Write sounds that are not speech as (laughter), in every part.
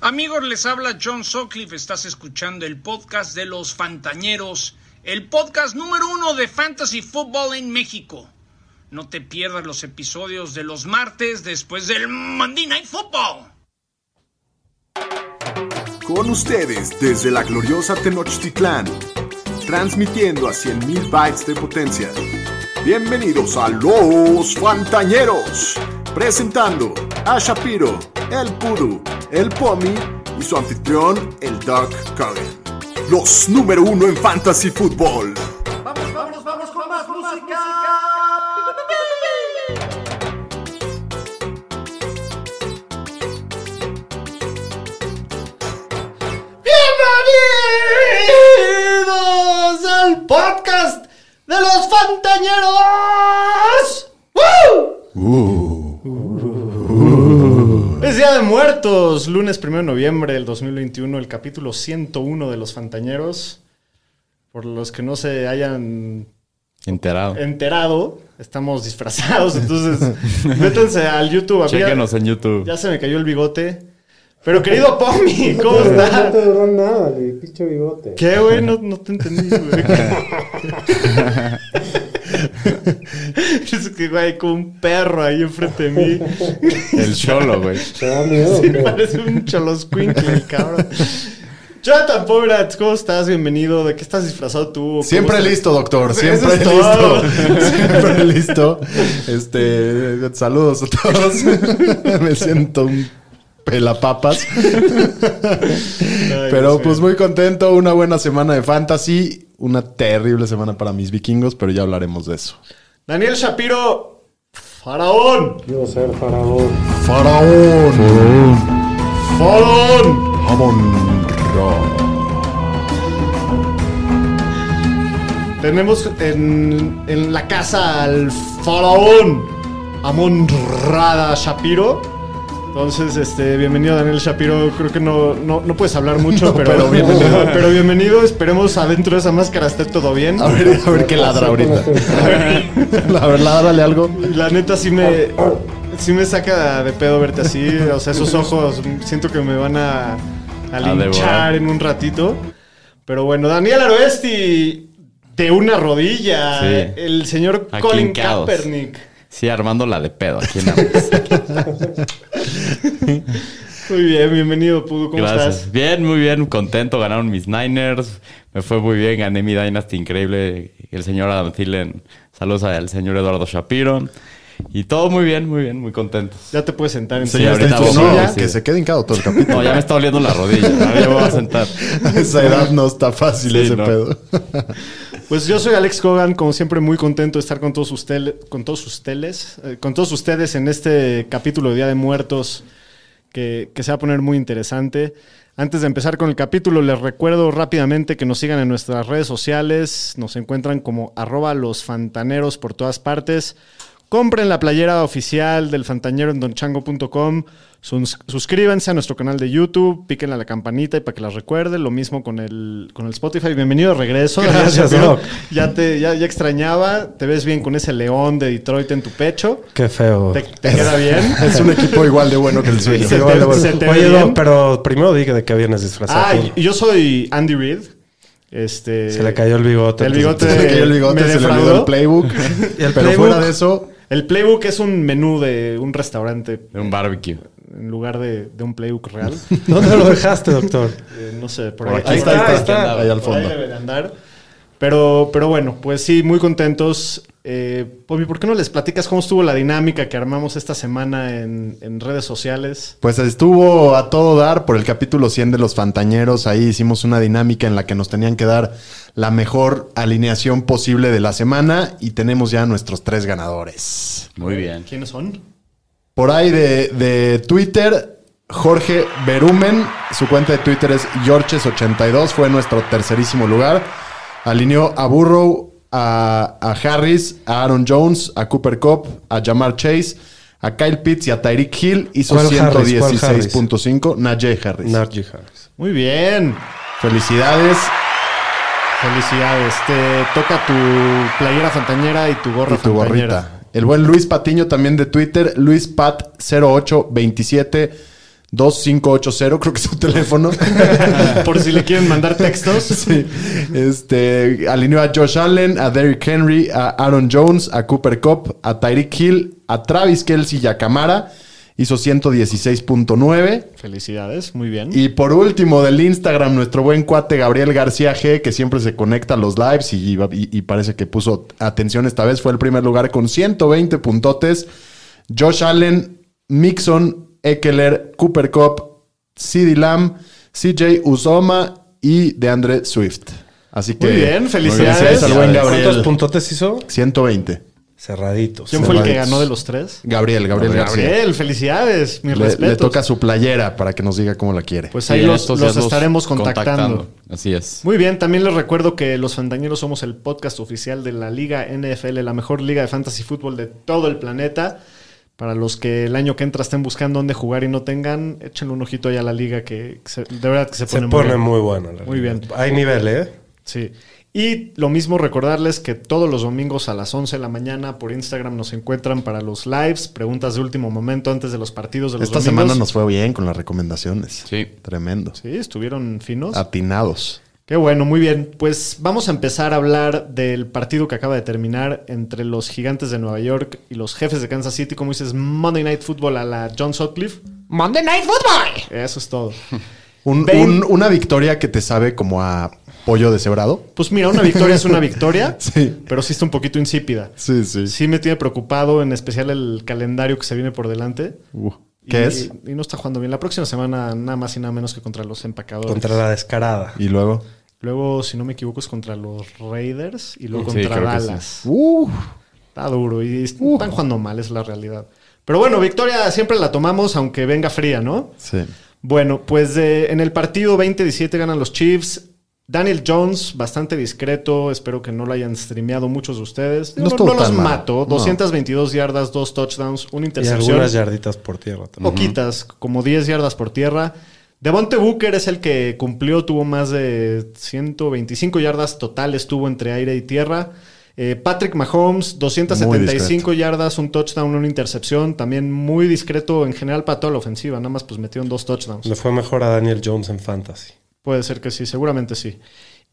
Amigos, les habla John Sutcliffe. Estás escuchando el podcast de los Fantañeros, el podcast número uno de Fantasy Football en México. No te pierdas los episodios de los martes después del Monday Night Football. Con ustedes desde la gloriosa Tenochtitlán, transmitiendo a 100.000 bytes de potencia. Bienvenidos a Los Fantañeros, presentando a Shapiro, el Puru, el Pomi y su anfitrión, el Dark Curry. Los número uno en Fantasy Football. Vamos, vamos, vamos con más música. Bienvenidos al podcast de los Fantañeros. ¡Woo! Es Día de Muertos, lunes 1 de noviembre del 2021, el capítulo 101 de los Fantañeros. Por los que no se hayan Enterado. Eh, enterado, estamos disfrazados, entonces métanse al YouTube. a ver. Chéquenos en YouTube. Ya se me cayó el bigote. Pero querido Pomi, (laughs) ¿cómo No te estás? duró nada, güey, pinche bigote. ¿Qué, güey? No, no te entendí, güey. es que, güey, como un perro ahí enfrente de mí. El cholo, güey. Te da miedo, (laughs) Sí, (laughs) güey. parece un choloscuincle, el cabrón. Jonathan Pomerantz, ¿cómo estás? Bienvenido. ¿De qué estás disfrazado tú? Siempre listo. listo, (laughs) doctor. Eso Siempre es todo. (laughs) listo. Siempre listo. Este, saludos a todos. (laughs) Me siento un pelapapas. Pero pues muy contento. Una buena semana de fantasy. Una terrible semana para mis vikingos, pero ya hablaremos de eso. Daniel Shapiro, faraón. Yo ser faraón. Faraón. Faraón. Amon. Tenemos en, en la casa al faraón Amonrada Shapiro. Entonces, este, bienvenido Daniel Shapiro. Creo que no, no, no puedes hablar (laughs) mucho, pero, pero pero bienvenido. bienvenido. Esperemos adentro de esa máscara esté todo bien. A ver, a ver qué ladra ahorita. (laughs) A ver, ládrale algo. La neta sí me, sí me saca de pedo verte así. O sea, esos ojos siento que me van a, a linchar devorar. en un ratito. Pero bueno, Daniel Aroesti de una rodilla. Sí. El señor Aquí Colin hincados. Kaepernick. Sí, armando la de pedo aquí (laughs) en Amex. Muy bien, bienvenido, Pudo. ¿Cómo Gracias. estás? Bien, muy bien, contento. Ganaron mis Niners. Me fue muy bien. Gané mi Dynasty increíble. El señor Adam Thielen. Saludos al señor Eduardo Shapiro. Y todo muy bien, muy bien, muy contentos. Ya te puedes sentar en Sí, Señor, ahorita está en su vamos, silla, sí. que se quede hincado todo el capítulo. (laughs) No, ya me está oliendo la (laughs) rodilla. Ahora ya me voy a sentar. A esa edad no está fácil Sí, ese no. pedo. Pues yo soy Alex Cogan, como siempre muy contento de estar con todos ustedes, con todos ustedes, eh, con todos ustedes en este capítulo de Día de Muertos que, que se va a poner muy interesante. Antes de empezar con el capítulo, les recuerdo rápidamente que nos sigan en nuestras redes sociales. Nos encuentran como arroba los fantaneros por todas partes. Compren la playera oficial del Fantañero en donchango.com. Sus- Suscríbanse a nuestro canal de YouTube, píquenle a la campanita y para que las recuerde. Lo mismo con el, con el Spotify. Bienvenido de regreso. Gracias, Daniel Doc. Shapiro. Ya te ya, ya extrañaba. Te ves bien con ese león de Detroit en tu pecho. Qué feo. Te, te queda bien. (laughs) Es un equipo igual de bueno que el suyo. Se te- se te ve Oye, bien. Doc, pero primero dije de qué vienes disfrazado. Ah, y- y yo soy Andy Reid. Este, se le cayó el bigote. el bigote. (laughs) Se le cayó el Me bigote, se le olvidó defraudó. el playbook. (laughs) el pero playbook? fuera de eso, El playbook es un menú de un restaurante De un barbecue. en lugar de, de un playbook real. ¿Dónde lo dejaste, doctor? Eh, no sé, por, Por ahí, aquí, ahí ahí está, está, está, ahí ahí está. está, ahí al por ahí fondo. debe de andar. Pero, pero bueno, pues sí, muy contentos. Eh, Pomi, ¿por qué no les platicas cómo estuvo la dinámica que armamos esta semana en, en redes sociales? Pues estuvo a todo dar por el capítulo 100 de los Fantañeros. Ahí hicimos una dinámica en la que nos tenían que dar la mejor alineación posible de la semana y tenemos ya nuestros tres ganadores. Muy bien. ¿Quiénes son? Por ahí de, de Twitter, Jorge Berumen, su cuenta de Twitter es Yorches82, fue nuestro tercerísimo lugar. Alineó a Burrow, a, a Harris, a Aaron Jones, a Cooper Cup, a Jamar Chase, a Kyle Pitts y a Tyreek Hill. Hizo ¿Cuál Harris? ¿Cuál Harris? 116.5, Najee Harris. Najee Harris. Muy bien. Felicidades. Felicidades. Te toca tu playera fantañera y tu gorra Y tu fantañera. gorrita. El buen Luis Patiño también de Twitter, Luis Pat 0827 2580, creo que es su (laughs) teléfono. (laughs) Por si le quieren (laughs) mandar textos. Sí. Este, alineó a Josh Allen, a Derrick Henry, a Aaron Jones, a Cooper Cup, a Tyreek Hill, a Travis Kelsey y a Camara. Hizo 116.9. Felicidades, muy bien. Y por último, del Instagram, nuestro buen cuate Gabriel García G, que siempre se conecta a los lives y, y- y parece que puso atención esta vez, fue el primer lugar con 120 puntotes. Josh Allen, Mixon, Eckler, Cooper Cup, CeeDee Lamb, CJ Uzoma y DeAndre Swift. Así que. Muy bien, felicidades. al buen ¿Cuántos Gabriel. puntotes hizo? 120. Cerraditos. ¿Quién fue el que Cerraditos. ganó de los tres? Gabriel, Gabriel García. Gabriel, felicidades, mis Le, respetos. le toca su playera para que nos diga cómo la quiere. Pues Sí, ahí en los, estos los días estaremos contactando. Así es. Muy bien, también les recuerdo que Los Fantañeros somos el podcast oficial de la Liga NFL, la mejor liga de fantasy fútbol de todo el planeta. Para los que el año que entra estén buscando dónde jugar y no tengan, échenle un ojito ahí a la liga que se- de verdad que se Se pone, pone bien. muy bueno. la Muy realidad. bien. Hay nivel, ¿eh? Sí. Y lo mismo recordarles que todos los domingos a las 11 de la mañana por Instagram nos encuentran para los lives, preguntas de último momento antes de los partidos de los Esta domingos. semana nos fue bien con las recomendaciones. Sí. Tremendo. Sí, estuvieron finos. Atinados. Qué bueno, muy bien. Pues vamos a empezar a hablar del partido que acaba de terminar entre los gigantes de Nueva York y los jefes de Kansas City. Como dices, Monday Night Football a la John Sutcliffe. Monday Night Football. Eso es todo. Un- Ve- un- una victoria que te sabe como a pollo deshebrado. Pues mira, una victoria es una victoria, (laughs) Sí. pero sí está un poquito insípida. Sí, sí. Sí me tiene preocupado, en especial el calendario que se viene por delante. ¿Qué Y- es? Y no está jugando bien. La próxima semana nada más y nada menos que contra los empacadores. Contra la descarada. Y luego. Luego, si no me equivoco, es contra los Raiders y luego Sí, contra creo que sí. Dallas. Uh, Está duro y est- están jugando mal, es la realidad. Pero bueno, victoria siempre la tomamos aunque venga fría, ¿no? sí. Bueno, pues eh, en el partido 20-17 ganan los Chiefs. Daniel Jones, bastante discreto, espero que no lo hayan streameado muchos de ustedes. No No, estuvo no los tan mal. mato, No. 222 yardas, dos touchdowns, una Y intercepción. algunas yarditas por tierra también. Poquitas, como 10 yardas por tierra. Devonte Booker es el que cumplió, tuvo más de 125 yardas totales, tuvo entre aire y tierra. Eh, Patrick Mahomes, Muy 275 discreto. yardas, un touchdown, una intercepción. También muy discreto en general para toda la ofensiva. Nada más pues metieron dos touchdowns. Le fue mejor a Daniel Jones en Fantasy. Puede ser que sí, seguramente sí.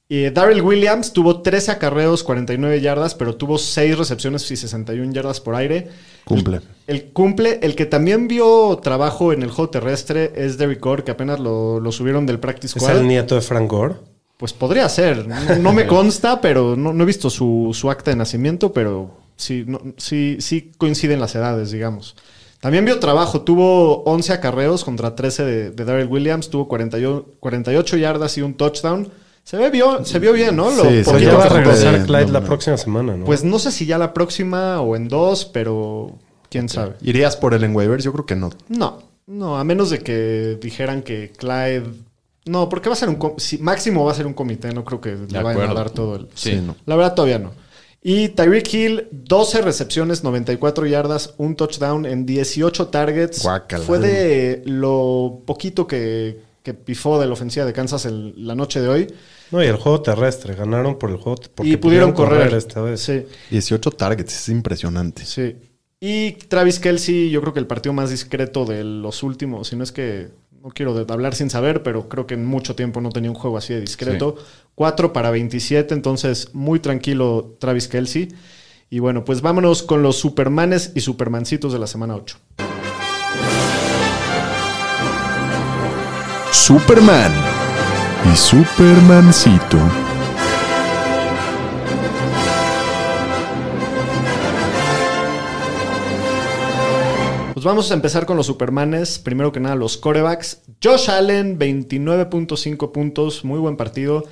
Y eh, Darrell Williams tuvo 13 acarreos, 49 yardas, pero tuvo 6 recepciones y 61 yardas por aire. Cumple. El cumple, el que también vio trabajo en el juego terrestre es Derrick Orr, que apenas lo, lo subieron del practice ¿Es squad. el nieto de Frank Gore? Pues podría ser. No, no (laughs) me consta, pero no, no he visto su, su acta de nacimiento, pero sí, no- sí, sí coinciden las edades, digamos. También vio trabajo. Tuvo 11 acarreos contra 13 de, de Darrell Williams. Tuvo 48, 48 yardas y un touchdown. Se, ve vio, se vio bien, ¿no? Lo Sí, se poquito ¿Por qué vio que va a que jugó. regresar puede- Clyde no, la no. próxima semana, no? Pues no sé si ya la próxima o en dos, pero quién sabe. ¿Irías por el en waivers? Yo creo que no. No, no, a menos de que dijeran que Clyde. No, porque va a ser un. com- si- máximo va a ser un comité, no creo que le vayan a acuerdo. dar todo el. Sí. no. La verdad, todavía no. Y Tyreek Hill, 12 recepciones, 94 yardas, un touchdown en 18 targets. Guácala. Fue de lo poquito que, que pifó de la ofensiva de Kansas el- la noche de hoy. No, y el juego terrestre. Ganaron por el juego. te- Porque y pudieron, correr. esta vez. Sí. 18 targets, es impresionante. Sí. Y Travis Kelsey, yo creo que el partido más discreto de los últimos, si no es que no quiero de- hablar sin saber, pero creo que en mucho tiempo no tenía un juego así de discreto. 4 para 27, entonces muy tranquilo Travis Kelsey. Y bueno, pues vámonos con los Supermanes y Supermancitos de la semana 8. Superman y Supermancito. Pues vamos a empezar con los Supermanes. Primero que nada, los corebacks. Josh Allen, 29.5 puntos. Muy buen partido.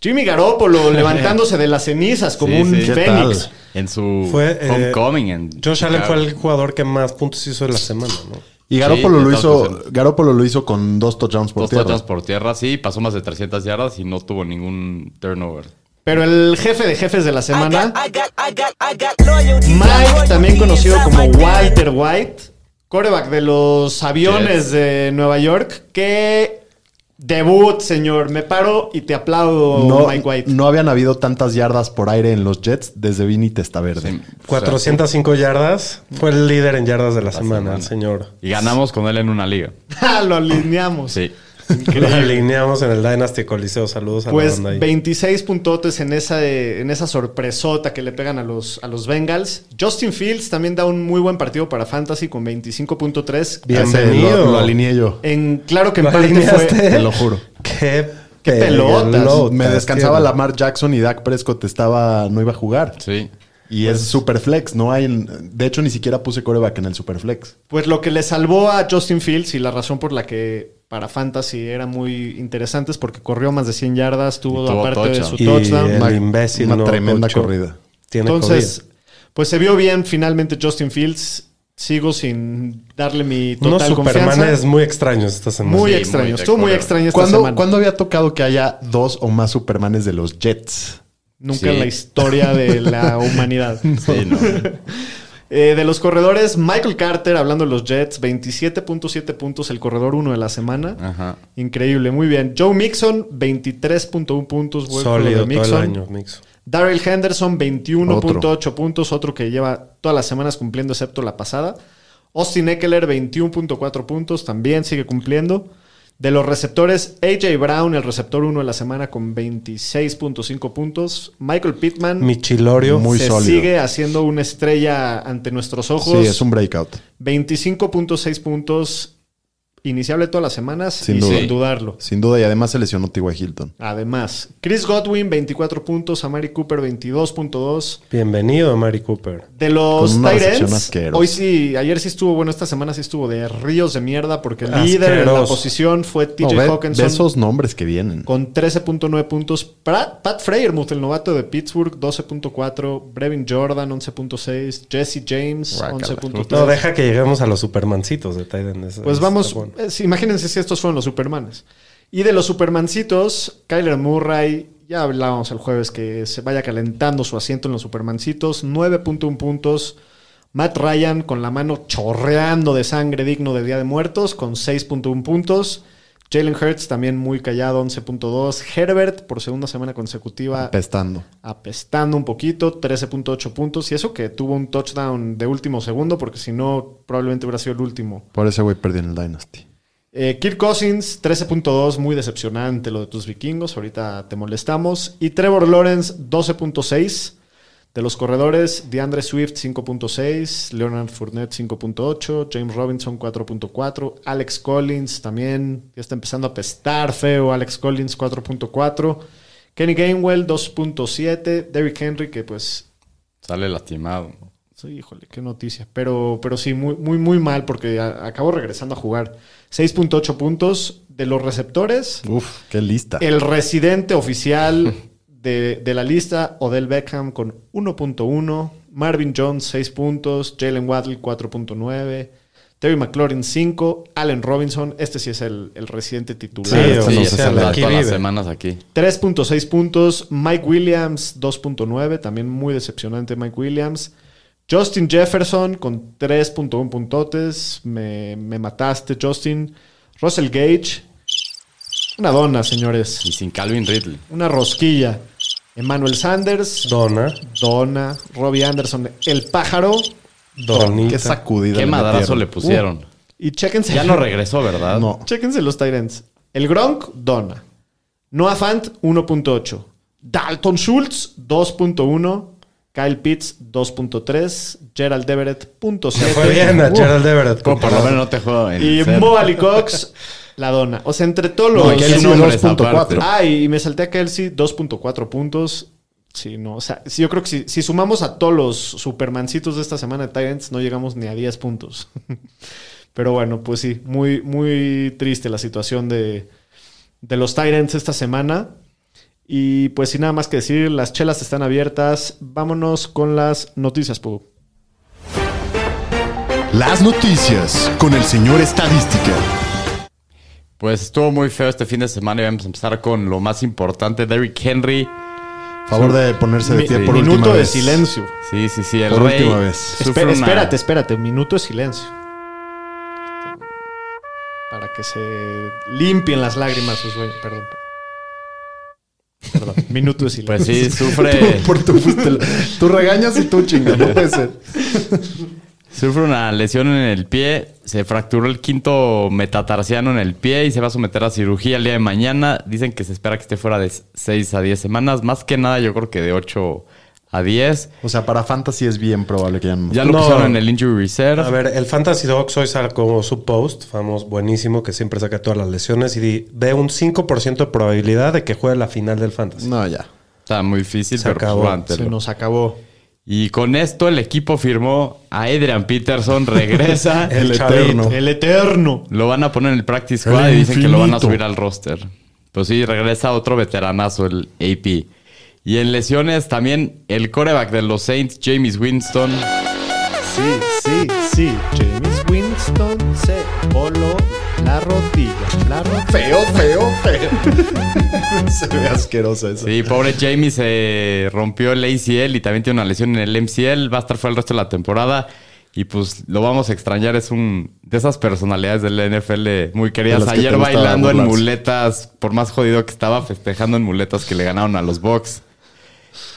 Jimmy (laughs) Garoppolo levantándose de las cenizas como Sí, un sí. ¿Qué tal? fénix. En su Fue, eh, homecoming. En Josh Allen Chicago. fue el jugador que más puntos hizo de la semana, ¿no? Y Sí, Garoppolo lo de todas hizo. maneras. Garoppolo lo hizo con dos touchdowns por Dos tierra. touchdowns por tierra, sí, pasó más de 300 yardas y no tuvo ningún turnover. Pero el jefe de jefes de la semana, Mike, Mike, también conocido como Walter White, coreback de los aviones de Nueva York, que Debut, señor. Me paro y te aplaudo, Oh, No, Mike White. no habían habido tantas yardas por aire en los Jets desde Vini Testaverde. Sí. 405 yardas. Fue el líder en yardas de la, semana, el señor. Y ganamos con él en una liga. Ah, (laughs) lo alineamos. Sí. Lo alineamos en el Dynasty Coliseo. Saludos a Pues la banda ahí. 26 puntotes en esa, eh, en esa sorpresota que le pegan a los, a los Bengals. Justin Fields también da un muy buen partido para Fantasy con 25.3. Bien. Ese Bienvenido. Lo, lo alineé yo. En, claro que en ¿Lo parte alineaste? fue... Te lo juro. Qué, Qué Eh, pelotas. pelotas, Me descansaba tío. Lamar Jackson y Dak Prescott estaba, no iba a jugar. Pues, Sí. Y es super flex, no hay, de hecho ni siquiera puse coreback en el super flex. Pues lo que le salvó a Justin Fields y la razón por la que para Fantasy era muy interesante es porque corrió más de 100 yardas, tuvo, Y tuvo aparte de touchdown. su Y touchdown. el Una- imbécil una no tremenda cochó. corrida. Tiene Entonces, COVID. pues se vio bien finalmente Justin Fields. Sigo sin darle mi unos total confianza. supermanes muy extraños esta semana. Muy Sí, extraño. muy de Estuvo muy acuerdo. extraño esta ¿Cuándo, semana. cuándo había tocado que haya dos o más supermanes de los Jets? Nunca Sí. en la historia de la humanidad. Sí, no. Eh, de los corredores, Michael Carter, hablando de los Jets, 27.7 puntos, el corredor uno de la semana. Ajá. Increíble, muy bien. Joe Mixon, 23.1 puntos. buen juego Sólido de todo el Mixon. año, Mixon. Daryl Henderson, 21.8 puntos, otro que lleva todas las semanas cumpliendo, excepto la pasada. Austin Eckler, 21.4 puntos, también sigue cumpliendo. De los receptores, AJ Brown, el receptor 1 de la semana, con 26.5 puntos. Michael Pittman Michilorio. Muy se sólido. sigue haciendo una estrella ante nuestros ojos. Sí, es un breakout. 25.6 puntos, iniciable todas las semanas Sin y duda. sin dudarlo. Sin duda, y además se lesionó T.Y. Hilton. Además, Chris Godwin, 24 puntos, Amari Cooper, 22.2. Bienvenido a Mary Cooper. De los Con una tight recepción ends, asquerosa. hoy sí, ayer sí estuvo, bueno, esta semana sí estuvo de ríos de mierda porque el líder en la Asqueroso. posición fue TJ No, ve- Hawkinson ve esos nombres que vienen. con 13.9 puntos. Pra- Pat Freyermuth, el novato de Pittsburgh, 12.4. Brevin Jordan, 11.6. Jesse James, Guácala. No, 11.3. deja que lleguemos a los supermancitos de Titan. Es- Pues está vamos, bueno. es- imagínense si estos fueron los Supermanes. Y de los Supermancitos, Kyler Murray, ya hablábamos el jueves que se vaya calentando su asiento en los Supermancitos, 9.1 puntos. Matt Ryan con la mano chorreando de sangre digno de Día de Muertos con 6.1 puntos. Jalen Hurts también muy callado, 11.2. Herbert por segunda semana consecutiva Pestando. apestando un poquito, 13.8 puntos. Y eso que tuvo un touchdown de último segundo, porque si no, probablemente hubiera sido el último. Por ese güey perdí en el Dynasty. Eh, Kirk Cousins, 13.2, muy decepcionante lo de tus vikingos, ahorita te molestamos. Y Trevor Lawrence, 12.6. De los corredores, DeAndre Swift, 5.6, Leonard Fournette, 5.8, James Robinson, 4.4, Alex Collins también, ya está empezando a pestar feo, Alex Collins, 4.4, Kenny Gainwell, 2.7, Derrick Henry, que pues Sale lastimado. Sí, híjole, qué noticia. Pero, pero sí, muy, muy, muy mal porque a- acabo regresando a jugar. 6.8 puntos de los receptores. Uf, qué lista. El residente oficial de, de la lista, Odell Beckham con 1.1. Marvin Jones, 6 puntos. Jalen Waddle, 4.9. Terry McLaurin, 5. Allen Robinson, este sí es el, el residente Sí, titular. o no se sea, sale. todas aquí las vive. semanas aquí. 3.6 puntos. Mike Williams, 2.9. También muy decepcionante Mike Williams. Justin Jefferson con 3.1 puntotes. Me, me mataste, Justin. Russell Gage. Una dona, señores. Y sin Calvin Ridley. Una rosquilla. Emmanuel Sanders. Donna. Dona. Robbie Anderson. El pájaro. Qué Donita. sacudida. Qué le madrazo metieron. le pusieron. Y chéquense. Ya no regresó, ¿verdad? No. Chéquense los Tyrants. El Gronk, Donna. Noah Fant, 1.8. Dalton Schultz, 2.1. Kyle Pitts, 2.3. Gerald Everett, Se fue bien 0.7. a Gerald Everett. Como por lo menos no te juego en Y cero. Moali Cox, la dona. O sea, entre todos No, los... ¿qué Kelsey nombres 2.4. aparte? Ah, y me salté a Kelsey, 2.4 puntos. Sí, no, o sea, sí, yo creo que si, si sumamos a todos los supermancitos de esta semana de Titans, no llegamos ni a 10 puntos. (laughs) Pero bueno, pues sí, muy, muy triste la situación de, de los Titans esta semana. Y pues sin nada más que decir, las chelas están abiertas. Vámonos con las noticias, Pudu. Las noticias con el señor Estadística. Pues estuvo muy feo este fin de semana y vamos a empezar con lo más importante. Derrick Henry. Favor de ponerse de Mi- pie por minuto última de vez. silencio. Sí, sí, sí. El Por rey última vez. sufre Espera- una- espérate, espérate, minuto de silencio. Para que se limpien las lágrimas sus dueños. Perdón. Perdón. Minuto de silencio. Pues sí, sufre, (laughs) Tú, por tu- tú regañas y tú chingas, no puede ser. sufre una lesión en el pie, se fracturó el quinto metatarsiano en el pie y se va a someter a cirugía el día de mañana. Dicen que se espera que esté fuera de 6 a 10 semanas, más que nada yo creo que de 8 a 10. O sea, para Fantasy es bien probable que ya no. Ya lo No. pusieron en el Injury Reserve. A ver, el Fantasy Doc hoy sacó su post, famoso, buenísimo, que siempre saca todas las lesiones y di- de un 5% de probabilidad de que juegue la final del Fantasy. No, ya. Está muy difícil, Se pero pues, acabó. aguántelo. Se nos acabó. Y con esto el equipo firmó a Adrian Peterson, (laughs) regresa. El eterno. El eterno. Lo van a poner en el practice El squad y dicen que lo van a infinito. subir al roster. Pues sí, regresa otro veteranazo, el AP. Y en lesiones también el coreback de los Saints, James Winston. Sí, sí, sí. James Winston se voló la rodilla. La rodilla. Feo, feo, feo. Se ve asqueroso eso. Sí, pobre James se rompió el ACL y también tiene una lesión en el MCL. Va a estar fuera el resto de la temporada. Y pues lo vamos a extrañar. Es un de esas personalidades del NFL muy De queridas. las que te Ayer gusta bailando en burlarse. muletas, por más jodido que estaba, festejando en muletas que le ganaron a los Bucks.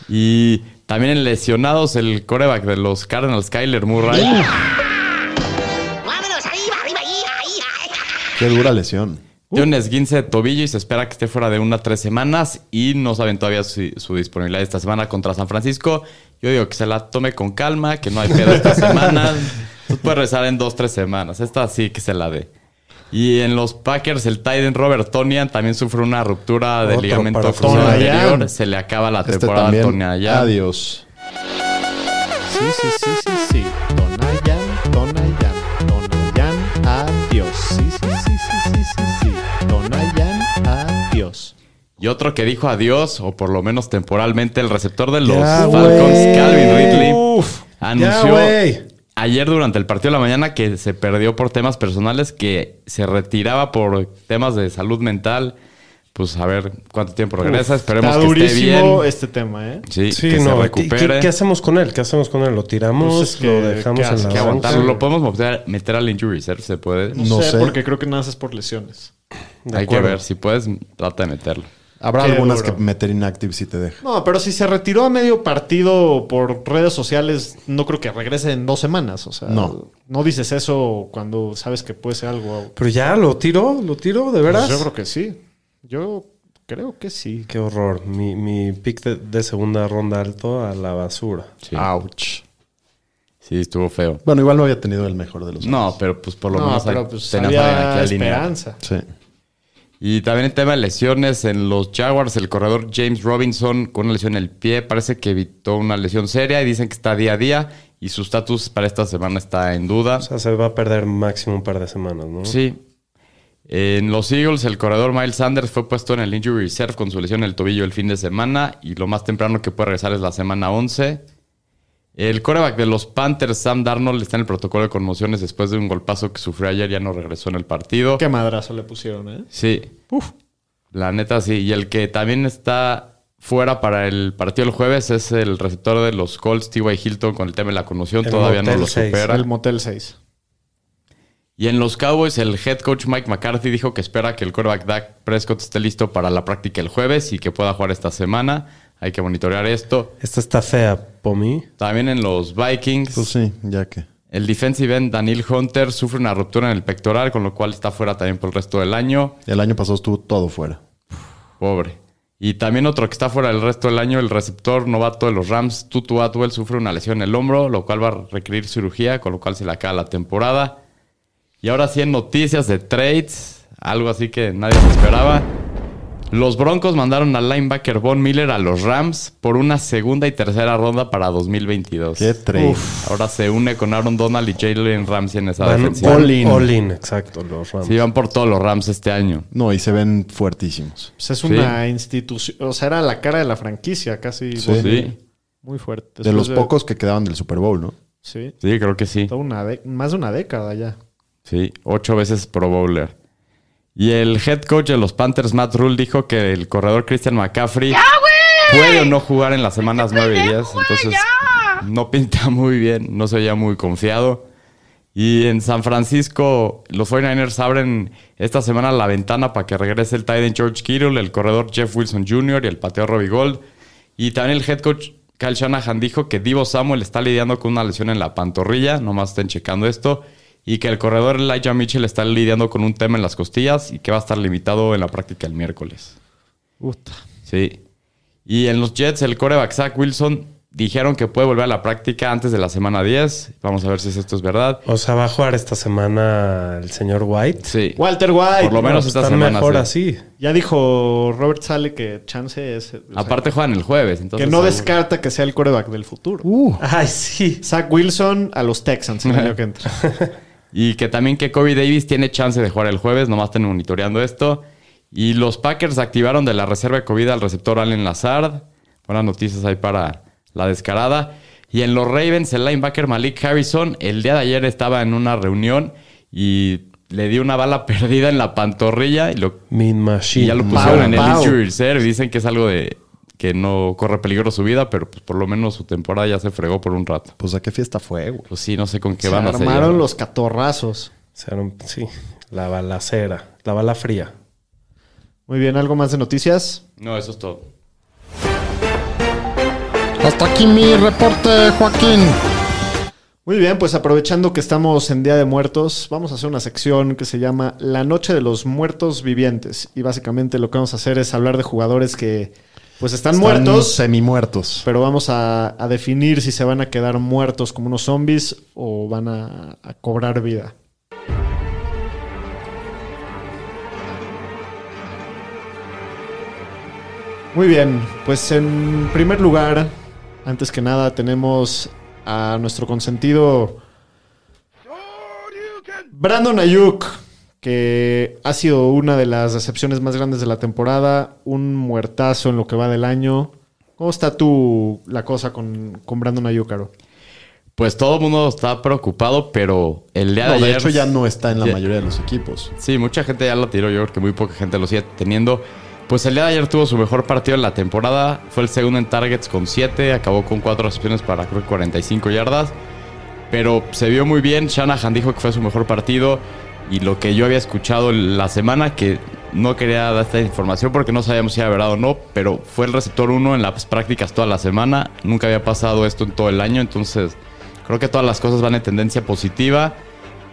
Y también en lesionados, el coreback de los Cardinals, Kyler Murray. ¡Vámonos! ¡Arriba, arriba, ahí, ahí, ahí! Qué dura lesión. Tiene un esguince de tobillo y se espera que esté fuera de una a tres semanas y no saben todavía su, su disponibilidad esta semana contra San Francisco. Yo digo que se la tome con calma, que no hay pedo esta semana. Tú puedes rezar en dos, tres semanas. Esta sí que se la dé. Y en los Packers, el Titan Robert Tonian también sufre una ruptura del Otro ligamento para cruzado Tonyan. anterior. Se le acaba la Este temporada a también. Tonian ya. Adiós. Sí, sí, sí, sí, sí. Tonayan, Tonayan, Tonayan, adiós. Sí, sí, sí, sí, sí, sí, sí. Tonayan, adiós. Y otro que dijo adiós, o por lo menos temporalmente, el receptor de los Ya, Falcons, güey. Calvin Ridley, Uf, ya, anunció güey. ayer durante el partido de la mañana que se perdió por temas personales, que se retiraba por temas de salud mental. Pues a ver cuánto tiempo regresa, esperemos Está que esté durísimo bien. este tema, ¿eh? Sí, Sí, que no, se ¿qué- recupere. ¿qué, qué hacemos con él? ¿Qué hacemos con él? ¿Lo tiramos? Pues es que- ¿Lo dejamos que en la hace- que Ah, aguantarlo. banca? Lo podemos meter, meter al injury reserve, se puede. No, No sé, sé. porque creo que nada más es por lesiones. De Hay que acuerdo. ver, si puedes, trata de meterlo. Habrá Qué algunas duro. que meter inactive si te deja. No, pero si se retiró a medio partido por redes sociales, no creo que regrese en dos semanas. O sea, No. no dices eso cuando sabes que puede ser algo. Pero ya, ¿lo tiro? ¿Lo tiro? ¿De veras? Pues yo creo que sí. Yo creo que sí. Qué horror. Mi, mi pick de, de segunda ronda alto a la basura. Sí. Ouch. Sí, estuvo feo. Bueno, igual no había tenido el mejor de los. No, pero pues por lo No, menos hay- pero pues tenías a alguien había aquí alineado. esperanza. Sí. Y también el tema de lesiones en los Jaguars, el corredor James Robinson con una lesión en el pie, parece que evitó una lesión seria y dicen que está día a día y su estatus para esta semana está en duda. O sea, se va a perder máximo un par de semanas, ¿no? Sí. En los Eagles, el corredor Miles Sanders fue puesto en el injury reserve con su lesión en el tobillo el fin de semana y lo más temprano que puede regresar es la semana 11. El coreback de los Panthers, Sam Darnold, está en el protocolo de conmociones después de un golpazo que sufrió ayer, ya no regresó en el partido. Qué madrazo le pusieron, ¿eh? Sí. La neta, sí. Y el que también está fuera para el partido el jueves es el receptor de los Colts, T.Y. Hilton, con el tema de la conmoción. El Todavía no Motel lo seis. supera. El Motel 6. Y en los Cowboys, el head coach Mike McCarthy dijo que espera que el quarterback Dak Prescott esté listo para la práctica el jueves y que pueda jugar esta semana. Hay que monitorear esto. Esta está fea, por mí. También en los Vikings. Pues sí, ya que. El defensive end Daniel Hunter sufre una ruptura en el pectoral, con lo cual está fuera también por el resto del año. El año pasado estuvo todo fuera. Pobre. Y también otro que está fuera del resto del año, el receptor novato de los Rams, Tutu Atwell, sufre una lesión en el hombro, lo cual va a requerir cirugía, con lo cual se le acaba la temporada. Y ahora sí en noticias de trades, algo así que nadie se esperaba. Los Broncos mandaron al linebacker Von Miller a los Rams por una segunda y tercera ronda para 2022. Qué trade. Ahora se une con Aaron Donald y Jalen Ramsey en esa Van, defensiva. all, in. in. all in, exacto, los Rams. Sí, van por todos los Rams este año. No, y se ven fuertísimos. Pues es Sí. una institución. O sea, era la cara de la franquicia, casi. Sí. Sí, Muy fuerte. de Después los pocos que quedaban del Super Bowl, ¿no? Sí. sí, creo que sí. Toda una de- más de una década ya. Sí, ocho veces Pro Bowler. Y el head coach de los Panthers, Matt Rule, dijo que el corredor Christian McCaffrey puede o no jugar en las (laughs) semanas 9 y 10. Entonces, no pinta muy bien, no se veía muy confiado. Y en San Francisco, los 49ers abren esta semana la ventana para que regrese el tight end George Kittle, el corredor Jeff Wilson Jr. y el pateo Robbie Gold. Y también el head coach Kyle Shanahan dijo que Divo Samuel está lidiando con una lesión en la pantorrilla, nomás estén checando esto, y que el corredor Elijah Mitchell está lidiando con un tema en las costillas y que va a estar limitado en la práctica el miércoles. Sí. Y en los Jets, el coreback Zach Wilson dijeron que puede volver a la práctica antes de la semana 10. Vamos a ver si esto es verdad. O sea, va a jugar esta semana el señor White. Sí. Walter White. Por lo menos No, esta Están semana, mejor sí. así. Ya dijo Robert Sale que chance es. o sea, Aparte juegan el jueves, entonces... que no seguro. descarta que sea el quarterback del futuro. Ay, sí. Zach Wilson a los Texans el año que (laughs) entra. Y que también que Kobe Davis tiene chance de jugar el jueves, nomás están monitoreando esto. Y los Packers activaron de la reserva de COVID al receptor Allen Lazard. Buenas noticias ahí para la descarada. Y en los Ravens, el linebacker Malik Harrison, el día de ayer estaba en una reunión y le dio una bala (laughs) perdida en la pantorrilla y, lo, Mean y Machine. ya lo pusieron Pau, en Pau. el injury reserve. Dicen que es algo de que no corre peligro su vida, pero pues, por lo menos su temporada ya se fregó por un rato. Pues a qué fiesta fue, güey. Pues sí, no sé con qué Se van a hacer. armaron los catorrazos. Se arm- Sí, la balacera, la bala fría. Muy bien, ¿algo más de noticias? No, eso es todo. Hasta aquí mi reporte, Joaquín. Muy bien, pues aprovechando que estamos en Día de Muertos, vamos a hacer una sección que se llama La Noche de los Muertos Vivientes. Y básicamente lo que vamos a hacer es hablar de jugadores que pues están, muertos, Semimuertos. pero vamos a, a definir si se van a quedar muertos como unos zombies o van a, a cobrar vida. Muy bien, pues en primer lugar, antes que nada, tenemos a nuestro consentido Brandon Ayuk, que ha sido una de las decepciones más grandes de la temporada, un muertazo en lo que va del año. ¿Cómo está tú la cosa con, con Brandon Ayuk, Caro? Pues todo el mundo está preocupado, pero el día No, de de ayer. hecho ya no está en la Ya- mayoría de los equipos. Sí, mucha gente ya la tiró. Yo creo que muy poca gente lo sigue teniendo. Pues el día de ayer tuvo su mejor partido en la temporada. Fue el segundo en targets con 7. Acabó con 4 recepciones para creo que 45 yardas. Pero se vio muy bien. Shanahan dijo que fue su mejor partido. Y lo que yo había escuchado la semana, que no quería dar esta información porque no sabíamos si era verdad o no, pero fue el receptor 1 en las prácticas toda la semana. Nunca había pasado esto en todo el año. Entonces, creo que todas las cosas van en tendencia positiva.